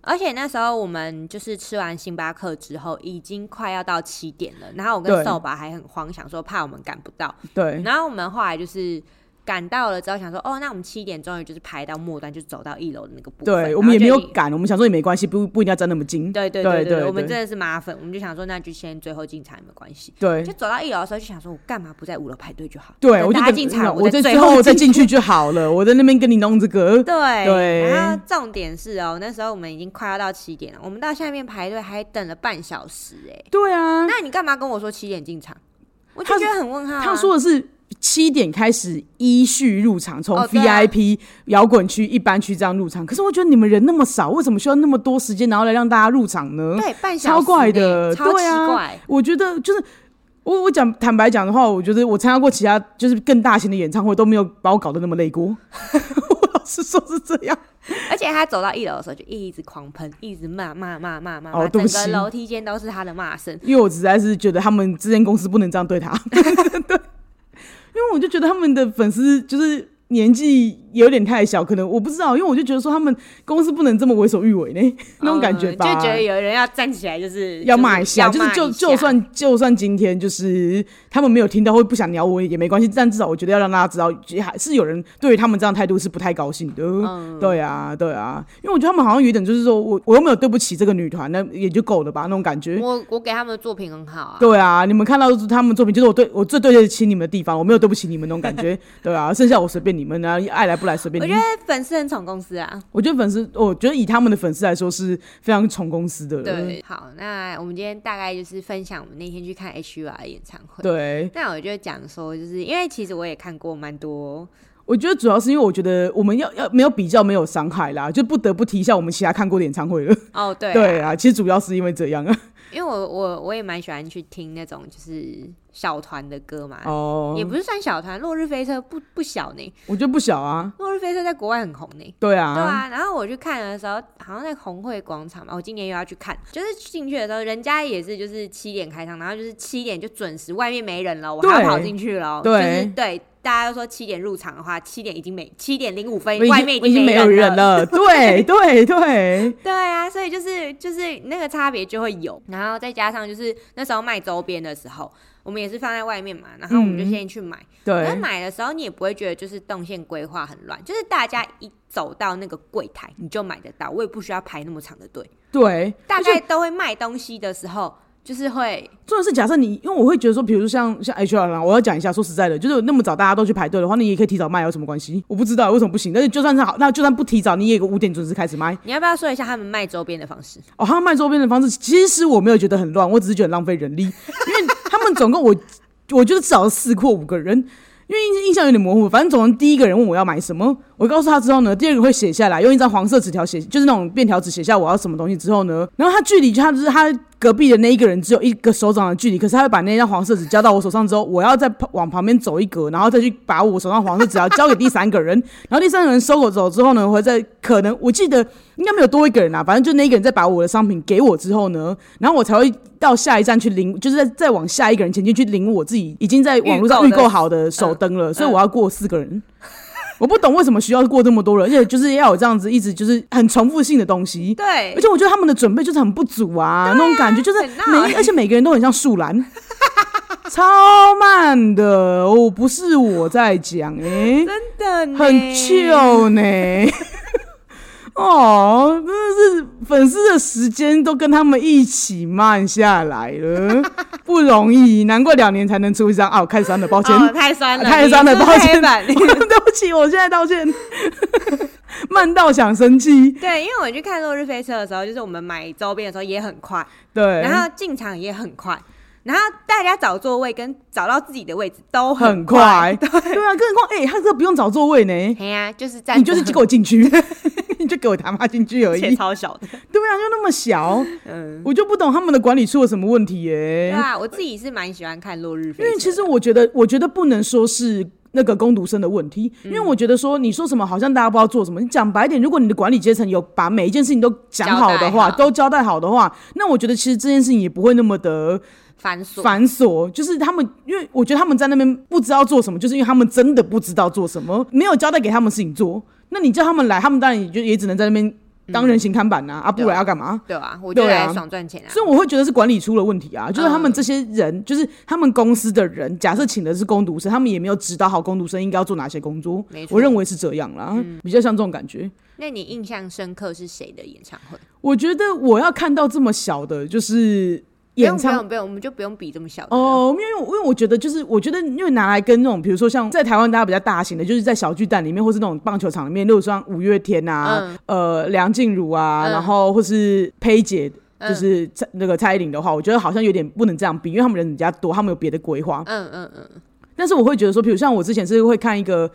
Speaker 2: 而且那时候我们就是吃完星巴克之后，已经快要到七点了。然后我
Speaker 1: 对
Speaker 2: 跟瘦爸还很慌，想说怕我们赶不到。
Speaker 1: 对
Speaker 2: 然后我们后来就是赶到了之后，想说哦，那我们七点终于就是排到末端，就走到一楼的那个部分。
Speaker 1: 对，我们也没
Speaker 2: 然
Speaker 1: 有
Speaker 2: 后就已。
Speaker 1: 赶，我们想说也没关系，不不一定要站那么近。
Speaker 2: 对对
Speaker 1: 对
Speaker 2: 对
Speaker 1: 对
Speaker 2: 对，我们
Speaker 1: 对
Speaker 2: 真的是麻烦，我们就想说，那就先最后进场也没关系。
Speaker 1: 对
Speaker 2: 就走到一楼的时候，就想说，我干嘛不在五楼排队就好？
Speaker 1: 对，
Speaker 2: 等
Speaker 1: 我就
Speaker 2: 大家
Speaker 1: 等
Speaker 2: 进场，
Speaker 1: 我
Speaker 2: 在
Speaker 1: 最
Speaker 2: 后
Speaker 1: 后再进去就好了。我在那边跟你弄这 个，
Speaker 2: 对，
Speaker 1: 对
Speaker 2: 然后重点是哦，那时候我们已经快要到七点了，我们到下面排队还等了半小时哎、
Speaker 1: 对啊。
Speaker 2: 那你干嘛跟我说七点进场？我
Speaker 1: 他
Speaker 2: 就觉得很问号、啊。
Speaker 1: 他说的是七点开始依序入场，从
Speaker 2: 哦对啊
Speaker 1: VIP 摇滚区、一般区这样入场。可是我觉得你们人那么少，为什么需要那么多时间，然后来让大家入场呢？
Speaker 2: 对，半小时、
Speaker 1: 嗯
Speaker 2: 欸、
Speaker 1: 超怪的
Speaker 2: 超
Speaker 1: 对
Speaker 2: 奇
Speaker 1: 啊
Speaker 2: 怪。
Speaker 1: 我觉得就是。我我讲坦白讲的话，我觉得我参加过其他就是 更大型的演唱会都没有把我搞得那么累过，我老实说是这样。
Speaker 2: 而且且他走到一楼的时候就一直狂喷，一直骂骂骂骂骂，
Speaker 1: 哦
Speaker 2: 骂
Speaker 1: 对
Speaker 2: 整
Speaker 1: 不
Speaker 2: 个
Speaker 1: 起
Speaker 2: 楼梯间都是他的骂声。
Speaker 1: 因为我实在是觉得他们之间公司不能这样对他， 对，因为我就觉得他们的粉丝就是年纪有点太小，可能我不知道，因为我就觉得说他们公司不能这么为所欲为呢， 那种感觉
Speaker 2: 嗯
Speaker 1: 吧，
Speaker 2: 就觉得有人要站起来，就是
Speaker 1: 要骂一下，
Speaker 2: 要
Speaker 1: 就是
Speaker 2: 骂
Speaker 1: 就
Speaker 2: 一
Speaker 1: 就
Speaker 2: 下
Speaker 1: 算就算今天就是他们没有听到或不想鸟我也没关系，但至少我觉得要让大家知道，还是有人对于他们这样态度是不太高兴的。
Speaker 2: 嗯
Speaker 1: 对啊，对啊，因为我觉得他们好像有一点就是说我我又没有对不起这个女团，那也就够了吧那种感觉。
Speaker 2: 我我给他们的作品很好啊，
Speaker 1: 对啊，你们看到他们作品，就是我对我最对得起你们的地方，我没有对不起你们那种感 觉。对啊，剩下我随便你们啊，爱来不来随便
Speaker 2: 我
Speaker 1: 你
Speaker 2: 觉
Speaker 1: 们
Speaker 2: 得。粉丝很宠公司啊。
Speaker 1: 我觉得粉丝，我觉得以他们的粉丝来说是非常宠公司的了。
Speaker 2: 对，好，那我们今天大概就是分享我们那天去看 H.R. 的演唱会。
Speaker 1: 对，
Speaker 2: 那我就讲说，就是因为其实我也看过蛮多，
Speaker 1: 我觉得主要是因为我觉得我们要要没有比较，没有伤害啦，就不得不提一下我们其他看过的演唱会了。
Speaker 2: 哦，对啊
Speaker 1: 对啊，其实主要是因为这样 啊。
Speaker 2: 因为我我我也蛮喜欢去听那种就是小团的歌嘛，
Speaker 1: 哦
Speaker 2: 也，不是算小团，落日飞车不不小呢，
Speaker 1: 我觉得不小啊。
Speaker 2: 落日飞车在国外很红呢。
Speaker 1: 对啊，
Speaker 2: 对啊，然后我去看的时候，好像在红会广场嘛，我今年又要去看。就是进去的时候，人家也是就是七点开唱，然后就是七点就准时，外面没人了，我还
Speaker 1: 对
Speaker 2: 要跑进去了。
Speaker 1: 对
Speaker 2: 就是对大家都说七点入场的话，七点已经没七点零五分
Speaker 1: 我已，经
Speaker 2: 外面
Speaker 1: 我已经
Speaker 2: 没
Speaker 1: 没有人
Speaker 2: 了。
Speaker 1: 了。 对对对，
Speaker 2: 对啊，所以就是就是那个差别就会有，然后再加
Speaker 1: 嗯
Speaker 2: 上就是那时候卖周边的时候，我们也是放在外面嘛，然后我们就
Speaker 1: 嗯
Speaker 2: 先去买。那
Speaker 1: 对
Speaker 2: 买的时候，你也不会觉得就是动线规划很乱，就是大家一走到那个柜台你就买得到，我也不需要排那么长的队。
Speaker 1: 对，
Speaker 2: 大
Speaker 1: 而且
Speaker 2: 概都会卖东西的时候，就是会
Speaker 1: 重点是，假设你，因为我会觉得说，比如说像像 HR 啦，我要讲一下，说实在的，就是那么早大家都去排队的话，你也可以提早卖，有什么关系？我不知道为什么不行。但是就算是好，那就算不提早，你也有个五点准时开始卖。
Speaker 2: 你要不要说一下他们卖周边的方式？
Speaker 1: 哦，他们卖周边的方式，其实我没有觉得很乱，我只是觉得很浪费人力，因为他们总共我我觉得至少是四或五个人。因为印印象有点模糊，反正总之第一个人问我要买什么，我告诉他之后呢，第二个会写下来，用一张黄色纸条写，就是那种便条纸写下我要什么东西之后呢，然后他距离他就是他隔壁的那一个人只有一个手掌的距离，可是他会把那张黄色纸交到我手上之后，我要再往旁边走一格，然后再去把我手上黄色纸条交给第三个人，然后第三个人收过走之后呢，我会在可能我记得应该没有多一个人啊，反正就那一个人再把我的商品给我之后呢，然后我才会到下一站去领，就是再再往下一个人前进去领我自己已经在网络上
Speaker 2: 预
Speaker 1: 预
Speaker 2: 购的
Speaker 1: 购好的手灯了，所以
Speaker 2: 嗯
Speaker 1: 我要过四个人。我不懂为什么需要过这么多人，而且就是要有这样子一直就是很重复性的东西。
Speaker 2: 对
Speaker 1: 而，且我觉得他们的准备就是很不足啊，那种感觉就是
Speaker 2: 很闹
Speaker 1: 每，
Speaker 2: 欸
Speaker 1: 而且每个人都很像树 懒，超慢的。哦，不是我在讲诶、
Speaker 2: 真的呢
Speaker 1: 很。chill 呢。 哦，真的是粉丝的时间都跟他们一起慢下来 了，不容易，难怪两年才能出一张啊！我开始删了，抱歉，
Speaker 2: 哦，太酸了，
Speaker 1: 太酸了，
Speaker 2: 你是
Speaker 1: 抱歉，
Speaker 2: 黑 板
Speaker 1: 对不起，我现在道歉， 慢到想生气，
Speaker 2: 对，因为我去看《落日飞车》的时候，就是我们买周边的时候也很快，
Speaker 1: 对，
Speaker 2: 然后进场也很快，然后大家找座位跟找到自己的位置都
Speaker 1: 很
Speaker 2: 快
Speaker 1: 快，。 对啊，更何况哎、他这个不用找座位呢，
Speaker 2: 哎呀、就是站着，
Speaker 1: 你就是给我进去， 你就给我他妈进去而
Speaker 2: 而
Speaker 1: 已，
Speaker 2: 且超小的，
Speaker 1: 对啊，就那么小，
Speaker 2: 嗯，
Speaker 1: 我就不懂他们的管理出了什么问题耶、
Speaker 2: 对啊，我自己是蛮喜欢看《落日
Speaker 1: 因
Speaker 2: 飞车》的，
Speaker 1: 为其实我觉得，我觉得不能说是那个攻读生的问题，因
Speaker 2: 嗯
Speaker 1: 为我觉得说你说什么好像大家不知道做什么。你讲白点，如果你的管理阶层有把每一件事情都讲好的话，
Speaker 2: 交代好
Speaker 1: 都交代好的话，那我觉得其实这件事情也不会那么的
Speaker 2: 繁琐，
Speaker 1: 繁琐。就是他们，因为我觉得他们在那边不知道做什么，就是因为他们真的不知道做什么，没有交代给他们事情做。那你叫他们来，他们当然也就也只能在那边当人形看板啊，啊不
Speaker 2: 对
Speaker 1: 然要干嘛？
Speaker 2: 对啊，我就
Speaker 1: 对
Speaker 2: 来
Speaker 1: 啊
Speaker 2: 爽赚钱啊，
Speaker 1: 所以我会觉得是管理出了问题
Speaker 2: 嗯
Speaker 1: 啊，就是他们这些人，就是他们公司的人，假设请的是工读生，他们也没有指导好工读生应该要做哪些工作
Speaker 2: 没，错嗯
Speaker 1: 我认为是这样啦，比较像这种感觉。
Speaker 2: 那你印象深刻是谁的演唱会？
Speaker 1: 我觉得我要看到这么小的，就是
Speaker 2: 不用
Speaker 1: 演
Speaker 2: 不
Speaker 1: 唱
Speaker 2: 用不用，我们就不用比这么小的了。
Speaker 1: 哦，因为我因为我觉得就是，我觉得因为拿来跟那种，比如说像在台湾大家比较大型的，就是在小巨蛋里面，或是那种棒球场里面，例如说像五月天啊，呃，梁静茹啊，
Speaker 2: 嗯
Speaker 1: 然后或是佩姐。
Speaker 2: 嗯
Speaker 1: 就是蔡那个蔡依林的话，我觉得好像有点不能这样比，因为他们人比较多，他们有别的规划。
Speaker 2: 嗯嗯嗯，
Speaker 1: 但是我会觉得说，比如像我之前是会看一个，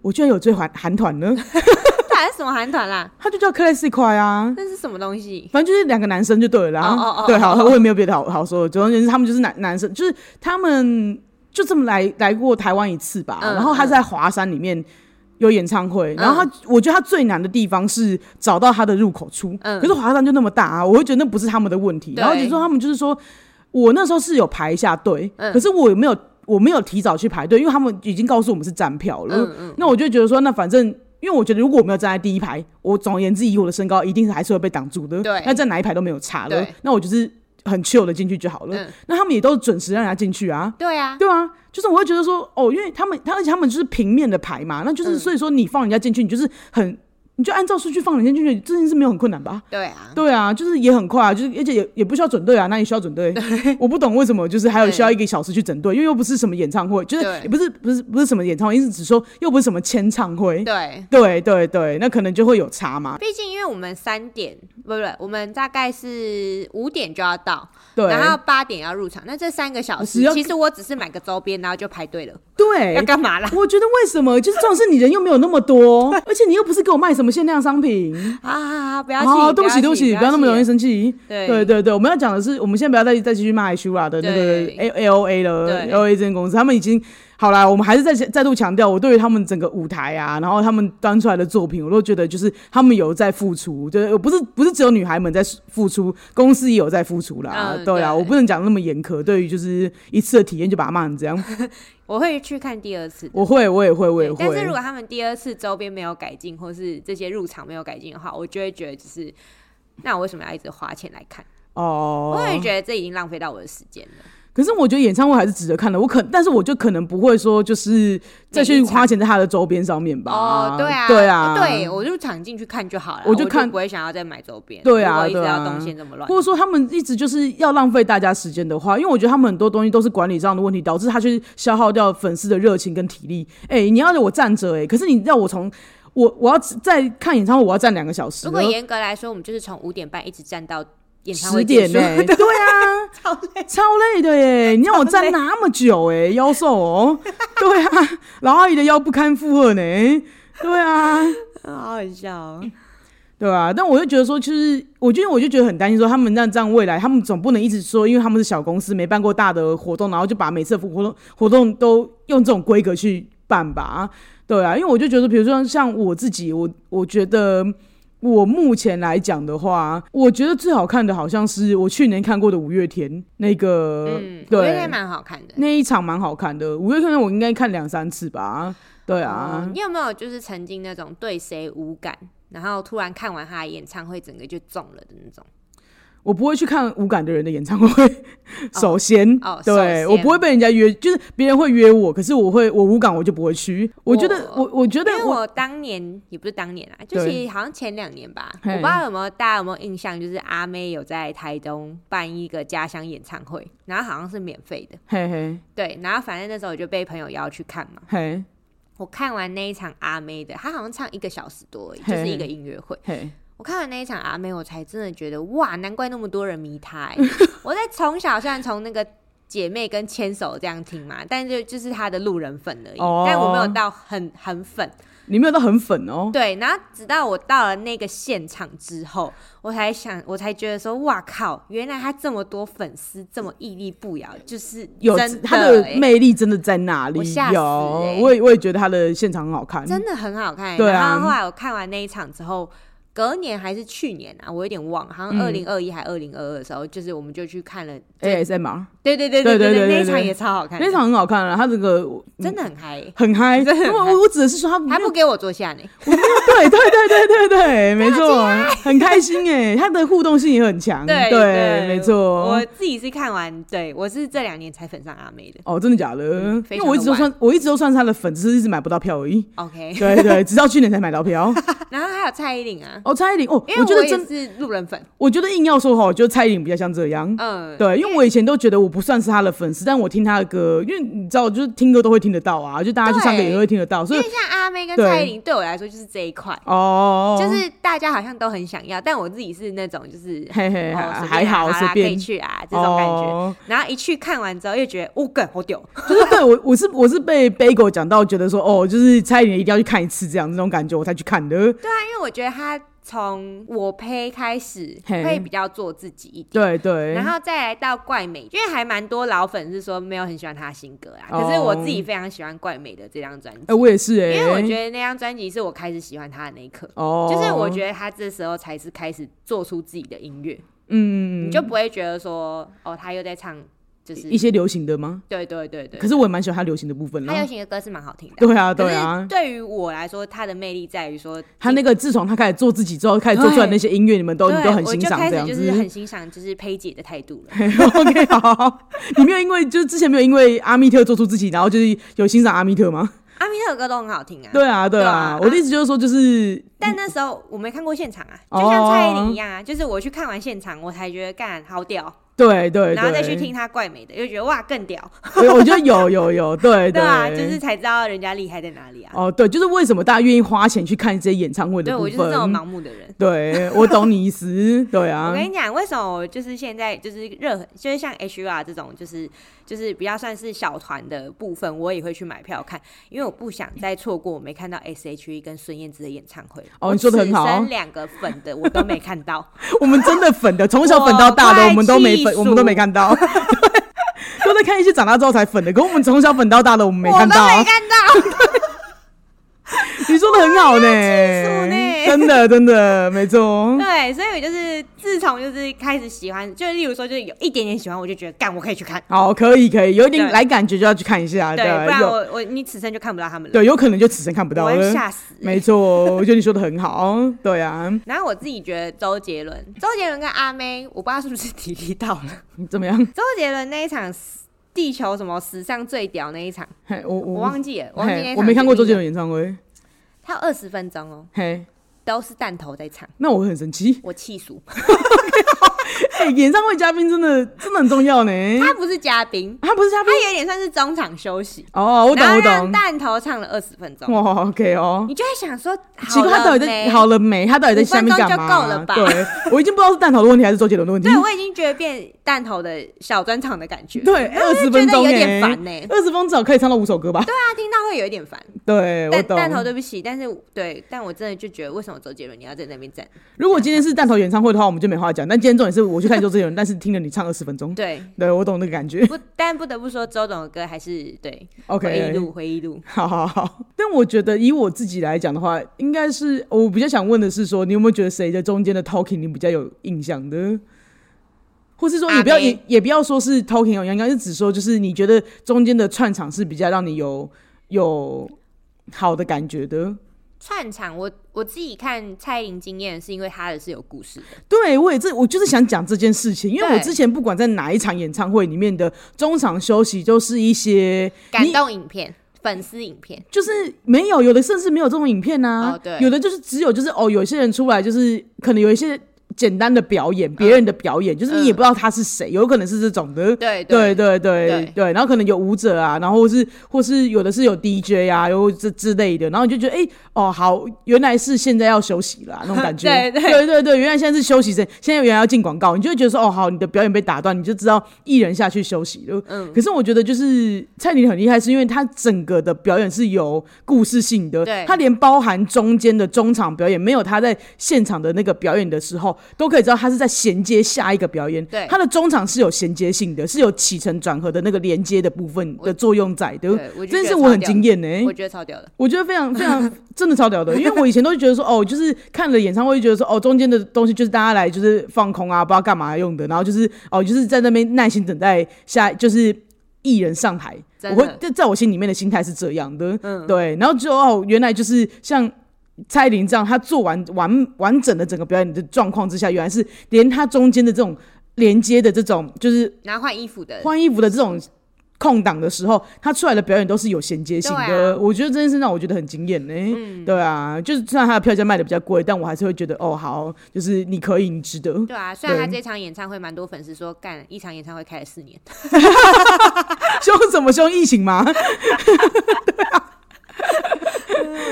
Speaker 1: 我居然有追韩韩团呢，
Speaker 2: 打的什么韩团啦？
Speaker 1: 它就叫 Classic 快啊，
Speaker 2: 那是什么东 西？
Speaker 1: 反正就是两个男生就对了啦。
Speaker 2: 哦哦哦
Speaker 1: 对，好，
Speaker 2: 哦哦
Speaker 1: 我也没有别的好好说的。总而言之，他们就是男男生，就是他们就这么来来过台湾一次吧。
Speaker 2: 嗯
Speaker 1: 然后他在华山里面有演唱会，然后他，我觉得他最难的地方是找到他的入口处。
Speaker 2: 嗯
Speaker 1: 可是华山就那么大啊，我会觉得那不是他们的问题。
Speaker 2: 对
Speaker 1: 然后就说他们就是说，我那时候是有排一下队，
Speaker 2: 嗯
Speaker 1: 可是我没有我没有提早去排队，因为他们已经告诉我们是站票了。
Speaker 2: 嗯嗯，
Speaker 1: 那我就觉得说，那反正。因为我觉得，如果我没有站在第一排，我总而言之，以我的身高，一定是还是会被挡住的。
Speaker 2: 对
Speaker 1: 那站哪一排都没有差了
Speaker 2: 对。
Speaker 1: 那我就是很 chill 的进去就好了。
Speaker 2: 嗯
Speaker 1: 那他们也都是准时让人家进去啊。
Speaker 2: 对啊，
Speaker 1: 对啊，就是我会觉得说，哦，因为他们，他而且他们就是平面的排嘛，那就是、
Speaker 2: 嗯
Speaker 1: 所以说你放人家进去，你就是很，你就按照顺序放人家进去，这件事没有很困难吧？
Speaker 2: 对啊，
Speaker 1: 对啊，就是也很快啊，就是而且也也不需要整队啊，那也需要整队。我不懂为什么就是还有需要一个小时去整队，因为又不是什么演唱会，就是
Speaker 2: 对
Speaker 1: 也不是不是不是什么演唱会，是只说又不是什么签唱会。
Speaker 2: 对。
Speaker 1: 对对对，那可能就会有差嘛。
Speaker 2: 毕竟，因为我们三点，不不，我们大概是五点就要到，
Speaker 1: 对，
Speaker 2: 然后八点要入场。那这三个小时
Speaker 1: 只要，哎
Speaker 2: 其实我只是买个周边，然后就排队了，
Speaker 1: 对
Speaker 2: 要，干嘛啦？
Speaker 1: 我觉得为什么就是这种事，你人又没有那么多，而且你又不是给我卖什么限量商品。
Speaker 2: 啊，不要气，
Speaker 1: 哦，对不起，对不起，不要那么容易
Speaker 2: 气。
Speaker 1: 生气。
Speaker 2: 对
Speaker 1: 对对对，我们要讲的是，我们现在不要再再继续骂 Shura 的那个哎 A
Speaker 2: 对
Speaker 1: L O A 了
Speaker 2: 对
Speaker 1: ，L O A 这间公司，他们已经好啦，我们还是再再度强调，我对于他们整个舞台啊，然后他们端出来的作品，我都觉得就是他们有在付出，就是不是不是只有女孩们在付出，公司也有在付出啦。
Speaker 2: 嗯
Speaker 1: 对啊，
Speaker 2: 对
Speaker 1: 我不能讲那么严苛，对于就是一次的体验就把它骂成这样，
Speaker 2: 我会去看第二次的。
Speaker 1: 我会，我也会，我也
Speaker 2: 对，但是
Speaker 1: 会
Speaker 2: 如。果他们第二次周边没有改进，或是这些入场没有改进的话，我就会觉得就是，那我为什么要一直花钱来看？
Speaker 1: 哦，
Speaker 2: 我会觉得这已经浪费到我的时间了。
Speaker 1: 可是我觉得演唱会还是值得看的，我可，但是我就可能不会说就是再去花钱在他的周边上面吧。
Speaker 2: 哦，对啊，
Speaker 1: 对啊，
Speaker 2: 对我入场进去看就好了，
Speaker 1: 我
Speaker 2: 我
Speaker 1: 就看
Speaker 2: 不会想要再买周边。
Speaker 1: 对啊
Speaker 2: 如果一直
Speaker 1: 对啊
Speaker 2: 要动线这么乱
Speaker 1: 或，者说他们一直就是要浪费大家时间的话，因为我觉得他们很多东西都是管理上的问题，导致他去消耗掉粉丝的热情跟体力。哎、你要我站着哎、可是你让我从我我要再看演唱会，我要站两个小时，哦
Speaker 2: 如果严格来说，我们就是从五点半一直站到演唱
Speaker 1: 十
Speaker 2: 会
Speaker 1: 点
Speaker 2: 结束
Speaker 1: 呢、 对啊，
Speaker 2: 超累。
Speaker 1: 超累的耶！你让我站那么久哎，腰瘦哦。对啊，老阿姨的腰不堪负荷呢。对啊。
Speaker 2: 好好笑
Speaker 1: 嗯
Speaker 2: 哦，
Speaker 1: 对啊，但我就觉得说，就是我觉得我就觉得很担心，说他们那这样未来，他们总不能一直说，因为他们是小公司，没办过大的活动，然后就把每次的活动活动都用这种规格去办吧？对啊，因为我就觉得，比如说像我自己，我我觉得我目前来讲的话，我觉得最好看的好像是我去年看过的五月天那个，
Speaker 2: 嗯，我觉得
Speaker 1: 对
Speaker 2: 还，蛮好看的。
Speaker 1: 那一场蛮好看的。五月天我应该看两三次吧？对啊，
Speaker 2: 哦你有没有就是曾经那种对谁无感，然后突然看完他的演唱会，整个就中了的那种？
Speaker 1: 我不会去看无感的人的演唱会。首先，
Speaker 2: 哦首
Speaker 1: 对
Speaker 2: 先
Speaker 1: 我不会被人家约，就是别人会约我，可是我会我无感我就不会去。我觉得我
Speaker 2: 我
Speaker 1: 我觉得
Speaker 2: 因为
Speaker 1: 我
Speaker 2: 我当年也不是当年啊，就
Speaker 1: 对
Speaker 2: 是好像前两年吧，我
Speaker 1: 嘿
Speaker 2: 不知道有没有大家有没有印象，就是阿妹有在台东办一个家乡演唱会，然后好像是免费的，
Speaker 1: 嘿嘿
Speaker 2: 对，然后反正那时候我就被朋友邀去看嘛，
Speaker 1: 嘿
Speaker 2: 我看完那一场阿妹的，她好像唱一个小时多而已，
Speaker 1: 嘿
Speaker 2: 就是一个音乐会。
Speaker 1: 嘿，
Speaker 2: 我看完那一场阿妹，我才真的觉得哇，难怪那么多人迷她、 欸。我在从小虽然从那个姐妹跟牵手这样听嘛，但就就是她的路人粉而已，
Speaker 1: 哦
Speaker 2: 但我没有到很很粉。
Speaker 1: 你没有到很粉哦。
Speaker 2: 对，然后直到我到了那个现场之后，我才想，我才觉得说，哇靠，原来她这么多粉丝，这么屹立不摇，就是
Speaker 1: 有
Speaker 2: 真
Speaker 1: 他
Speaker 2: 的
Speaker 1: 的
Speaker 2: 欸
Speaker 1: 魅力真的在那里？
Speaker 2: 我吓死
Speaker 1: 有，
Speaker 2: 欸
Speaker 1: 我也我也觉得他的现场很好看。
Speaker 2: 真的很好看欸。
Speaker 1: 对啊
Speaker 2: 然后后来我看完那一场之后，隔年还是去年啊，我有点忘，好
Speaker 1: 嗯
Speaker 2: 像二零二一还二零二二的时候，就是我们就去看了，
Speaker 1: ASMR
Speaker 2: 对对对
Speaker 1: 对对
Speaker 2: 对
Speaker 1: 对对
Speaker 2: 那一场
Speaker 1: 对
Speaker 2: 也超好看的，
Speaker 1: 那场很嗯好看啊，他这个
Speaker 2: 真的很嗨欸。
Speaker 1: 很嗨。因
Speaker 2: 哎真的
Speaker 1: 为
Speaker 2: 很嗨
Speaker 1: 我我指的是说他没
Speaker 2: 他
Speaker 1: 有
Speaker 2: 不给我坐下呢，
Speaker 1: 对对对对对对，
Speaker 2: 啊
Speaker 1: 没错，很开心哎，他的互动性也很强，
Speaker 2: 对
Speaker 1: 嗯没错
Speaker 2: 我。自己是看完，对我是这两年才粉上阿妹的。
Speaker 1: 哦，真的假的？
Speaker 2: 嗯非
Speaker 1: 因为
Speaker 2: 常
Speaker 1: 我一直
Speaker 2: 的
Speaker 1: 都算，我一直都算是他的粉，只是一直买不到票而已。
Speaker 2: OK，
Speaker 1: 对对，直到去年才买到票。
Speaker 2: 然后还有蔡依林啊，
Speaker 1: 哦，蔡依林，哦，
Speaker 2: 因
Speaker 1: 我觉
Speaker 2: 为
Speaker 1: 得
Speaker 2: 我
Speaker 1: 真，
Speaker 2: 也是路人粉，
Speaker 1: 我觉得硬要说好，我觉得蔡依林比较像这样。
Speaker 2: 嗯，
Speaker 1: 对，因为我以前都觉得我不算是他的粉丝，但我听他的歌，因为你知道，就是听歌都会听得到啊，就大家去唱歌也会听得到，所
Speaker 2: 因
Speaker 1: 以
Speaker 2: 为像阿妹跟
Speaker 1: 对
Speaker 2: 蔡依林对我来说就是这一块，
Speaker 1: 哦，
Speaker 2: 就是大家好像都很想要，但我自己是那种就是
Speaker 1: 嘿嘿，
Speaker 2: 哦
Speaker 1: 还
Speaker 2: 随
Speaker 1: 还
Speaker 2: 便啊
Speaker 1: 好，
Speaker 2: 啦
Speaker 1: 随
Speaker 2: 可以
Speaker 1: 便
Speaker 2: 去啊，这种感觉。
Speaker 1: 哦
Speaker 2: 然后一去看完之后，又觉得哦，梗好屌，
Speaker 1: 就是对我，我是我是被 Bagel 讲到，觉得说哦，就是蔡依林一定要去看一次这样这种感觉，我才去看的。
Speaker 2: 对啊，因为我觉得他从我胚开始
Speaker 1: 嘿
Speaker 2: 会比较做自己一点。
Speaker 1: 对对，
Speaker 2: 然后再来到怪美，因为还蛮多老粉是说没有很喜欢她的新歌啊，可是我自己非常喜欢怪美的这张专辑
Speaker 1: 哦哎、，我也是哎、
Speaker 2: 因为我觉得那张专辑是我开始喜欢她的那一刻，
Speaker 1: 哦，
Speaker 2: 就是我觉得她这时候才是开始做出自己的音乐，
Speaker 1: 嗯，
Speaker 2: 你就不会觉得说哦，她又在唱，就是
Speaker 1: 一些流行的吗？
Speaker 2: 对对对对
Speaker 1: 可，是我也蛮喜欢他流行的部分
Speaker 2: 她流
Speaker 1: 啦。
Speaker 2: 行的歌是蛮好听的。
Speaker 1: 对啊，
Speaker 2: 可
Speaker 1: 对
Speaker 2: 是
Speaker 1: 啊，
Speaker 2: 对于我来说，她的魅力在于说，
Speaker 1: 他那个自从他开始做自己之后，开始做出来那些音乐，你们都你
Speaker 2: 对
Speaker 1: 都很
Speaker 2: 我
Speaker 1: 欣
Speaker 2: 就
Speaker 1: 赏
Speaker 2: 开
Speaker 1: 这
Speaker 2: 始
Speaker 1: 样
Speaker 2: 就
Speaker 1: 子
Speaker 2: 是。很欣赏就是佩姐的态度了。
Speaker 1: OK，好，你没有因为就是之前没有因为阿密特做出自己，然后就是有欣赏阿密特 吗？
Speaker 2: 阿米特的歌都很好听啊，
Speaker 1: 对啊，对
Speaker 2: 对
Speaker 1: 啊
Speaker 2: 啊，
Speaker 1: 我的意思就是说，就是
Speaker 2: 但那时候我没看过现场啊，
Speaker 1: 哦
Speaker 2: 就像蔡依林一样啊，就是我去看完现场，我才觉得干好屌，
Speaker 1: 对对，
Speaker 2: 然后
Speaker 1: 对哦
Speaker 2: 再 去，听她怪美的，又觉得哇更屌，
Speaker 1: 我我觉得有有 有，对
Speaker 2: 对啊，就是才知道人家厉害在哪里啊。
Speaker 1: 哦，对，就是为什么大家愿意花钱去看这些演唱会的
Speaker 2: 对
Speaker 1: 部
Speaker 2: 我就是这种
Speaker 1: 分？
Speaker 2: 盲目的人。
Speaker 1: 对，我懂你意思，对啊
Speaker 2: 我，跟你讲，为什么我就是现在就是热很，就是像 HR 这种，就是就是比较算是小团的部分，我也会去买票看，因为我不想再错过我没看到 SHE 跟孙燕姿的演唱会。
Speaker 1: 哦
Speaker 2: 我
Speaker 1: 你说得很好
Speaker 2: 此生两个粉的我都没看到，
Speaker 1: 我们真的粉的，从小粉到大的，
Speaker 2: 我
Speaker 1: 我们都没
Speaker 2: 快
Speaker 1: 粉，
Speaker 2: 气
Speaker 1: 我们都没看到。对 都在看一些长大之后才粉的，可我们从小粉到大的，我 们没
Speaker 2: 我都
Speaker 1: 看到、
Speaker 2: 没
Speaker 1: 啊。
Speaker 2: 看到。
Speaker 1: 你说的很好呢，
Speaker 2: 呢
Speaker 1: 真的真的没 错。
Speaker 2: 对，所以我就是自从就是开始喜欢，就例如说，就是有一点点喜欢，我就觉得干，我可以去看。
Speaker 1: 好，可以可以，有一点
Speaker 2: 对
Speaker 1: 来感觉就要去看一下，
Speaker 2: 对，不然
Speaker 1: 啊有
Speaker 2: 我我你此生就看不到他们了，
Speaker 1: 对有可能就此生看不到
Speaker 2: 我会
Speaker 1: 了。
Speaker 2: 吓死。欸
Speaker 1: 没错，我觉得你说的很好，对啊，
Speaker 2: 然后我自己觉得周杰伦，周杰伦跟阿妹，我不知道是不是 体力到了。
Speaker 1: 怎么样？
Speaker 2: 周杰伦那一场地球什么史上最屌那一场，
Speaker 1: 嘿，我
Speaker 2: 我
Speaker 1: 我
Speaker 2: 忘记了，我忘记那一
Speaker 1: 嘿
Speaker 2: 场
Speaker 1: 我没看过周杰
Speaker 2: 是
Speaker 1: 伦演唱会，
Speaker 2: 哪一场，他有二十分钟哦，
Speaker 1: 嘿，
Speaker 2: 都是弹头在唱，
Speaker 1: 那我很生气。
Speaker 2: 我气死。
Speaker 1: 哎，演唱会嘉宾真的真的很重要呢，
Speaker 2: 他不是嘉宾，
Speaker 1: 他不是嘉
Speaker 2: 他
Speaker 1: 宾
Speaker 2: 有点算是中场休息，
Speaker 1: 哦，我懂
Speaker 2: 然后
Speaker 1: 我
Speaker 2: 让
Speaker 1: 懂。
Speaker 2: 弹头唱了二十分钟。
Speaker 1: 哇，OK 哦。
Speaker 2: 你就会想说，
Speaker 1: 奇怪，他到底在好
Speaker 2: 了
Speaker 1: 了没？他到底在下面干嘛？
Speaker 2: 五分钟就够
Speaker 1: 对，我已经不知道是蛋头的问题还是周杰伦的问
Speaker 2: 没？
Speaker 1: 题。
Speaker 2: 对，我已经觉得变弹头的小专场的感觉。
Speaker 1: 嗯对，二十
Speaker 2: 就
Speaker 1: 分
Speaker 2: 觉得
Speaker 1: 钟
Speaker 2: 有
Speaker 1: 耶
Speaker 2: 点烦欸呢
Speaker 1: 二十分钟至少可以唱到五首歌吧？
Speaker 2: 大家啊听到会有一点烦。
Speaker 1: 对，我
Speaker 2: 但弹头
Speaker 1: 懂。
Speaker 2: 对不起，但是对，但我真的就觉得，为什么周杰伦你要在那边站？
Speaker 1: 如果今天是蛋头演唱会的话，我们就没话讲。但今天重点是我去看周杰伦，但是听了你唱二十分钟，
Speaker 2: 对，
Speaker 1: 对我懂那个感觉。
Speaker 2: 不，但不得不说，周董的歌还是对回忆
Speaker 1: OK，
Speaker 2: 录，回忆录。
Speaker 1: 好好好。但我觉得以我自己来讲的话，应该是我比较想问的是说，你有没有觉得谁的中间的 talking 你比较有印象的？或是说，也不要
Speaker 2: 阿妹
Speaker 1: 也也不要说是 talking 有印象，应该是只说就是你觉得中间的串场是比较让你有有好的感觉的。
Speaker 2: 串场，我我自己看蔡依林经验是因为她的是有故事的，
Speaker 1: 对，我也这我就是想讲这件事情，因为
Speaker 2: 对
Speaker 1: 我之前不管在哪一场演唱会里面的中场休息，都是一些
Speaker 2: 感
Speaker 1: 你
Speaker 2: 动影片、粉丝影片，
Speaker 1: 就是没有，有的甚至没有这种影片呐、啊。
Speaker 2: 哦对
Speaker 1: 有的就是只有就是哦，有些人出来就是可能有一些简单的表演，别人的表演，就是你也不知道他是谁，有可能是这种的。
Speaker 2: 对
Speaker 1: 对
Speaker 2: 对
Speaker 1: 对对
Speaker 2: 对
Speaker 1: 对，然后可能有舞者啊，然后或是或是有的是有 DJ 啊，有这之类的，然后你就觉得哎、哦好，原来是现在要休息了啊、那种感觉。
Speaker 2: 对对
Speaker 1: 对对对原来现在是休息时间，现在原来要进广告，你就会觉得说哦好，你的表演被打断，你就知道艺人下去休息了。
Speaker 2: 嗯
Speaker 1: 可是我觉得就是蔡依林很厉害，是因为她整个的表演是有故事性的，
Speaker 2: 对
Speaker 1: 她连包含中间的中场表演，没有她在现场的那个表演的时候，都可以知道她是在衔接下一个表演，
Speaker 2: 对
Speaker 1: 她的中场是有衔接性的，是有起承转合的那个连接的部分的作用在的。
Speaker 2: 对，我就
Speaker 1: 真
Speaker 2: 觉
Speaker 1: 是
Speaker 2: 得
Speaker 1: 我
Speaker 2: 超
Speaker 1: 很
Speaker 2: 屌
Speaker 1: 惊
Speaker 2: 的，
Speaker 1: 艳欸呢、
Speaker 2: 我觉得超屌的。
Speaker 1: 我觉得非常非常 真的超屌的，因为我以前都是觉得说，哦，就是看了演唱会就觉得说，哦，中间的东西就是大家来就是放空啊，不知道干嘛用的，然后就是哦，就是在那边耐心等待下就是艺人上台。
Speaker 2: 真
Speaker 1: 我
Speaker 2: 的嗯
Speaker 1: 会在在我心里面的心态是这样的，对，然后就哦，原来就是像。蔡依林这样，她做完完完整的整个表演的状况之下，原来是连她中间的这种连接的这种，就是
Speaker 2: 然后换衣服的，
Speaker 1: 换衣服的这种空档的时候，他出来的表演都是有衔接性的。
Speaker 2: 对啊嗯
Speaker 1: 我觉得这件事让我觉得很惊艳呢。对啊，就是虽然他的票价卖的比较贵，但我还是会觉得哦，好，就是你可以，你值 得。
Speaker 2: 对啊，虽然他
Speaker 1: 对
Speaker 2: 这场演唱会蛮多粉丝说，干一场演唱会开了 四年，
Speaker 1: 凶什么凶？疫情吗？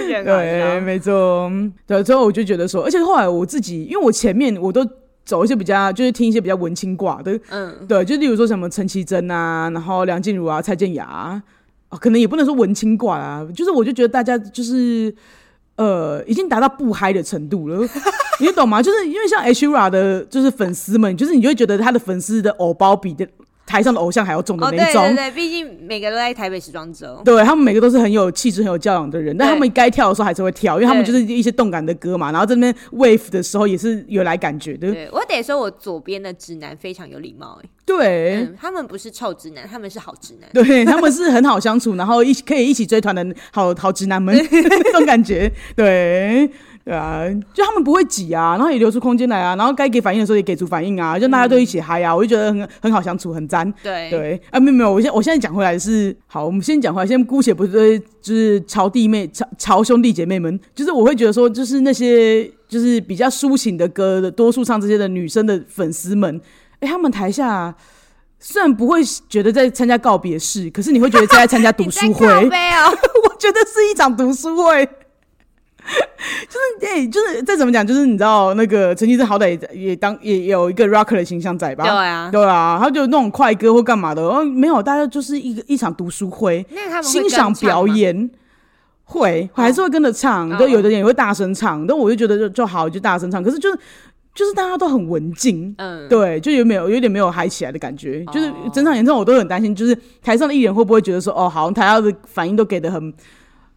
Speaker 1: 对，
Speaker 2: 对，
Speaker 1: 没错。对，之后我就觉得说，而且后来我自己，因为我前面我都走一些比较，就是听一些比较文青挂的，
Speaker 2: 嗯，
Speaker 1: 对，就例如说什么陈绮贞啊，然后梁静茹啊、蔡健雅啊、哦可能也不能说文青挂啊，就是我就觉得大家就是呃，已经达到不嗨的程度了， 你懂吗？就是因为像 H.R. 的，就是粉丝们，就是你就会觉得他的粉丝的偶包比的台上的偶像还要重的
Speaker 2: 哦，
Speaker 1: 那
Speaker 2: 对
Speaker 1: 一种。
Speaker 2: 对对，毕竟每个都在台北时装周。
Speaker 1: 对他们每个都是很有气质、很有教养的人，但
Speaker 2: 对
Speaker 1: 他们该跳的时候还是会跳，因为他们
Speaker 2: 对
Speaker 1: 就是一些动感的歌嘛。然后这边 wave 的时候也是有来感觉的，
Speaker 2: 对我得说，我左边的直男非常有礼貌、欸，
Speaker 1: 对。
Speaker 2: 嗯，他们不是臭直男，他们是好直男。
Speaker 1: 对，他们是很好相处，然后一起可以一起追团的好好直男们那种感觉，对对啊，就他们不会挤啊，然后也留出空间来啊，然后该给反应的时候也给出反应啊，就大家都一起嗨啊，我就觉得很很好相处，很赞。
Speaker 2: 对
Speaker 1: 对啊，没有没有，我现我现在讲回来是好，我们先讲回来，先姑且不对，就是潮弟妹、潮潮兄弟姐妹们，就是我会觉得说，就是那些就是比较抒情的歌的，多数唱这些的女生的粉丝们，哎、他们台下虽然不会觉得在参加告别式，可是你会觉得在 参加读
Speaker 2: 你在
Speaker 1: 书会，
Speaker 2: 靠背 哦、
Speaker 1: 我觉得是一场读书会。 就是哎、就是再怎么讲，就是你知道那个陈绮贞好歹也也当也有一个 rocker 的形象在吧？
Speaker 2: 对啊，
Speaker 1: 对啊，他就那种快歌或干嘛的，哦，没有，大家就是一个一场读书会，
Speaker 2: 那他们会嗯
Speaker 1: 欣
Speaker 2: 跟
Speaker 1: 赏
Speaker 2: 唱吗
Speaker 1: 表。演。会还是会跟着唱，
Speaker 2: 哦
Speaker 1: 对，有的人也会大声唱，但我就觉得就就好，就大声唱。可是就是就是大家都很文静，
Speaker 2: 嗯，
Speaker 1: 对，就有没有有点没有嗨起来的感觉。就是
Speaker 2: 哦
Speaker 1: 整场演唱我都很担心，就是台上的艺人会不会觉得说，哦，好，台下的反应都给的很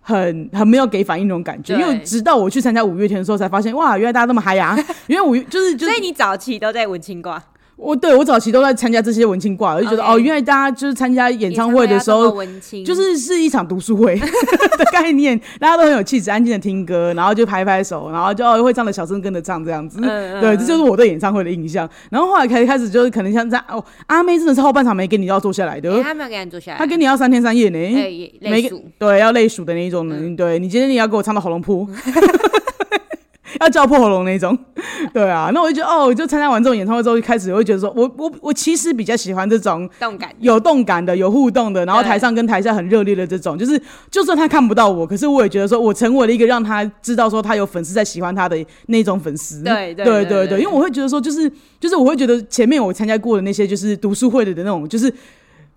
Speaker 1: 很很没有给反应那种感觉。因为
Speaker 2: 对
Speaker 1: 直到我去参加五月天的时候才发现，哇，原来大家那么嗨呀、因为五月就是就是
Speaker 2: 所以你早期都在文青挂，
Speaker 1: 我对我早期都在参加这些文青挂，我就觉得
Speaker 2: OK
Speaker 1: 哦，因为大家就是参加演
Speaker 2: 演
Speaker 1: 唱会的时
Speaker 2: 要这么
Speaker 1: 候，
Speaker 2: 文青
Speaker 1: 就是是一场读书 会的概念，大家都很有气质，安静的听歌，然后就拍拍手，然后就、哦、会唱的小声跟着唱这样子。
Speaker 2: 嗯
Speaker 1: 对，这就是我对演唱会的印象。然后后来开开始就是可能像在哦，阿妹真的是后半场没跟你要坐下来
Speaker 2: 欸
Speaker 1: 的，
Speaker 2: 他没有给你坐下来，
Speaker 1: 她跟你要三天三夜呢。
Speaker 2: 哎也
Speaker 1: 没
Speaker 2: 类似嗯
Speaker 1: 对，要累鼠的那一种呢。对你今天你要给我唱到喉咙破， 要叫破喉咙那一种。 对啊，那我就觉得哦，就参加完这种演唱会之后，就开始会觉得说，我我我其实比较喜欢这种
Speaker 2: 动感。
Speaker 1: 有动感的、有互动的，然后
Speaker 2: 对
Speaker 1: 台上跟台下很热烈的这种，就是就算他看不到我，可是我也觉得说我成为了一个让他知道说他有粉丝在喜欢他的那种粉丝。对
Speaker 2: 对对
Speaker 1: 对
Speaker 2: 对
Speaker 1: 对
Speaker 2: 对
Speaker 1: 因为我会觉得说，就是就是我会觉得前面我参加过的那些就是读书会的那种，就是。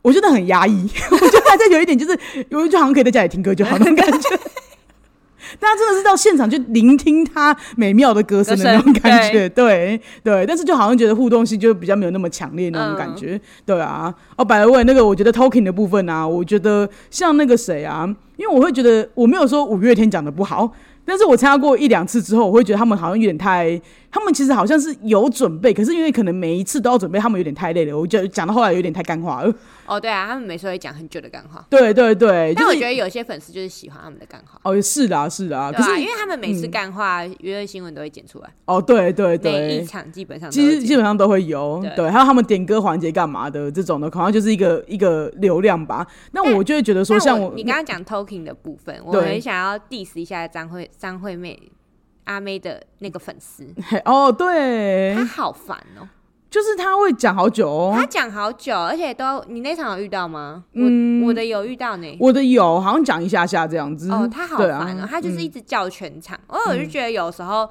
Speaker 1: 我觉得很压抑， 我觉得大家有一点就是，有一就好像可以在家里听歌就好那种感觉。 大家真的是到现场去聆听他美妙的歌声的那种
Speaker 2: 歌声
Speaker 1: 感觉，对对，但是就好像觉得互动性就比较没有那么强烈那种
Speaker 2: 嗯
Speaker 1: 感觉，对啊。哦，百位那个我觉得 talking 的部分啊，我觉得像那个谁啊，因为我会觉得我没有说五月天讲的不好，但是我参加过一两次之后，我会觉得他们好像有点太，他们其实好像是有准备，可是因为可能每一次都要准备，他们有点太累了，我觉得讲到后来有点太干话了。
Speaker 2: 哦，对啊，他们每次会讲很久的干话，
Speaker 1: 对对对，
Speaker 2: 但
Speaker 1: 就
Speaker 2: 我
Speaker 1: 是
Speaker 2: 觉得有些粉丝就是喜欢他们的干话。
Speaker 1: 哦是啦是啦，
Speaker 2: 对
Speaker 1: 可是
Speaker 2: 啊，因为他们每次干话，娱乐新闻都会剪出来，
Speaker 1: 哦对对对，
Speaker 2: 每一场基本上都
Speaker 1: 其
Speaker 2: 会
Speaker 1: 实
Speaker 2: 剪
Speaker 1: 基本上都会有，
Speaker 2: 对
Speaker 1: 对，还有他们点歌环节干嘛的这种的，好像就是一个一个流量吧。那
Speaker 2: 但
Speaker 1: 我就会觉得说，
Speaker 2: 但
Speaker 1: 像
Speaker 2: 我
Speaker 1: 我
Speaker 2: 你刚刚讲 talking 的部分，我
Speaker 1: 对
Speaker 2: 很想要 diss 一下张惠张惠妹阿妹的那个粉丝，
Speaker 1: 嘿哦，对
Speaker 2: 她，好烦哦、
Speaker 1: 就是他会讲好久、哦
Speaker 2: 她。讲好久，而且都你那场有遇到吗？我、
Speaker 1: 嗯
Speaker 2: 我的有遇到呢。
Speaker 1: 我的有，好像讲一下下这样子。
Speaker 2: 哦，她好
Speaker 1: 对
Speaker 2: 烦哦、
Speaker 1: 啊，嗯
Speaker 2: 她就是一直叫全场，哦，我就觉得有时候。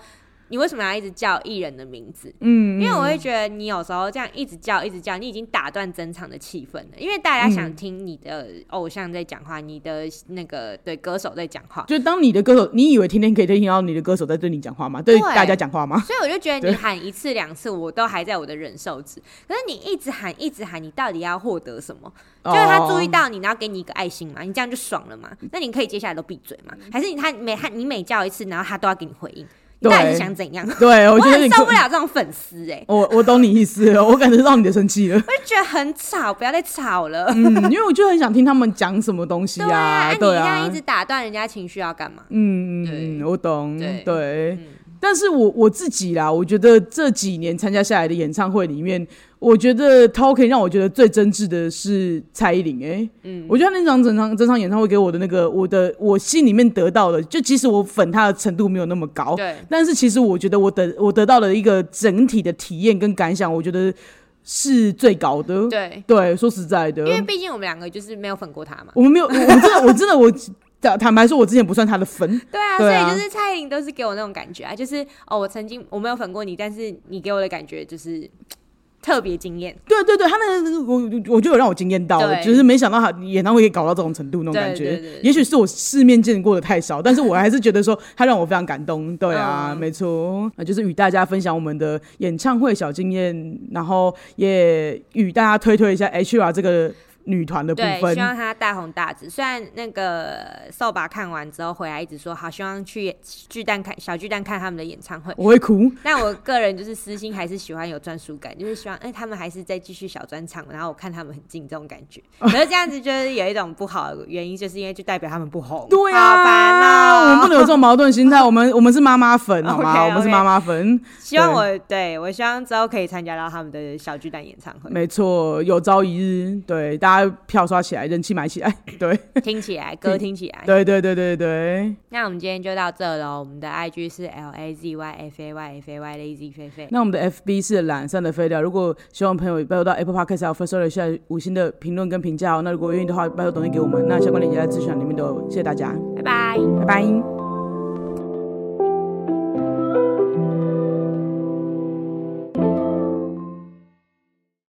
Speaker 2: 你为什么要一直叫艺人的名字？嗯，因为我会觉得你有时候这样一直叫一直叫，你已经打断整场的气氛了。因为大家
Speaker 1: 嗯
Speaker 2: 想听你的偶像在讲话，你的那个对歌手在讲话，
Speaker 1: 就当你的歌手，你以为天天可以听到你的歌手在对你讲话吗？对
Speaker 2: 对
Speaker 1: 大家讲话吗？
Speaker 2: 所以我就觉得
Speaker 1: 对
Speaker 2: 你喊一次两次，我都还在我的忍受值。可是你一直喊一直喊，你到底要获得什么？ 就是他注意
Speaker 1: 哦，
Speaker 2: 到你，然后给你一个爱心嘛，你这样就爽了嘛？那你可以接下来都闭嘴嘛？还是你他每他你每叫一次，然后他都要给你回应？你到底
Speaker 1: 嗯对
Speaker 2: 是想怎样？
Speaker 1: 对我
Speaker 2: 我
Speaker 1: 觉得有
Speaker 2: 很
Speaker 1: 点
Speaker 2: 受
Speaker 1: 困
Speaker 2: 不了这种粉丝哎、
Speaker 1: 我我懂你意思了，我感觉到你的生气 了。
Speaker 2: 我就觉得很吵，不要再吵了。
Speaker 1: 嗯，因为我就很想听他们讲什么东西
Speaker 2: 对啊，你这
Speaker 1: 对
Speaker 2: 样
Speaker 1: 啊
Speaker 2: 一，直打断人家情绪要干嘛？
Speaker 1: 嗯
Speaker 2: 对
Speaker 1: 嗯，我懂，
Speaker 2: 对
Speaker 1: 对
Speaker 2: 嗯。
Speaker 1: 但是我我自己啦，我觉得这几年参加下来的演唱会里面，我觉得 Talking 让我觉得最真挚的是蔡依林、欸。嗯，我觉得她那场整场整场演唱会给我的那个我的我心里面得到的，就即使我粉她的程度没有那么高，
Speaker 2: 对，
Speaker 1: 但是其实我觉得我得我得到了一个整体的体验跟感想，我觉得是最高的。
Speaker 2: 对，
Speaker 1: 对，说实在的，
Speaker 2: 因为毕竟我们两个就是没有粉过他嘛。
Speaker 1: 我们没有，我我真的我真的我坦坦白说，我之前不算她的粉。
Speaker 2: 对啊，
Speaker 1: 对啊
Speaker 2: 所以就是蔡依林都是给我那种感觉啊，就是哦，我曾经我没有粉过你，但是你给我的感觉就是特别惊艳。
Speaker 1: 对对对，他那个我我就有让我惊艳到了，
Speaker 2: 对
Speaker 1: 只是没想到他演唱会可以搞到这种程度那种
Speaker 2: 对
Speaker 1: 感觉。
Speaker 2: 对对对
Speaker 1: 也许是我世面见过的太少，但是我还是觉得说他让我非常感动。对啊，
Speaker 2: 嗯
Speaker 1: 没错，那就是与大家分享我们的演唱会小经验，然后也与大家推推一下 HR 这个女团的部
Speaker 2: 对，
Speaker 1: 分
Speaker 2: 希。望他大红大紫。虽然那个扫把看完之后回来一直说好，希望去巨蛋看小巨蛋看他们的演唱会。
Speaker 1: 我会哭，
Speaker 2: 但我个人就是私心还是喜欢有专属感，就是希望哎、他们还是在继续小专场，然后我看他们很近这种感觉。
Speaker 1: 哦
Speaker 2: 可是这样子就是有一种不好的原因，就是因为就代表他们不红，
Speaker 1: 对
Speaker 2: 好烦
Speaker 1: 啊，
Speaker 2: 哦、
Speaker 1: 我们不能有这种矛盾心态。 我们我们是妈妈粉，好吗
Speaker 2: OK，OK
Speaker 1: 我们是妈妈粉，
Speaker 2: 希望我对我希望之后可以参加到他们的小巨蛋演唱会，
Speaker 1: 没错，有朝一日，对大家票刷起来，人气买起来，对。
Speaker 2: 听起来歌听起来。
Speaker 1: 对对对对对，
Speaker 2: 那我们今天就到这喽，我们的 IG 是 L A Z Y F A Y F A Y Lazy 菲菲。
Speaker 1: 那我们的 FB 是懒散的废料。如果希望朋友拜托到 Apple Podcast 还有 First Story 下五星的评论跟评价哦。那如果愿意的话，拜托抖音给我们。那相关链接在资讯栏里面都有。谢谢大家，
Speaker 2: 拜拜。
Speaker 1: 拜拜。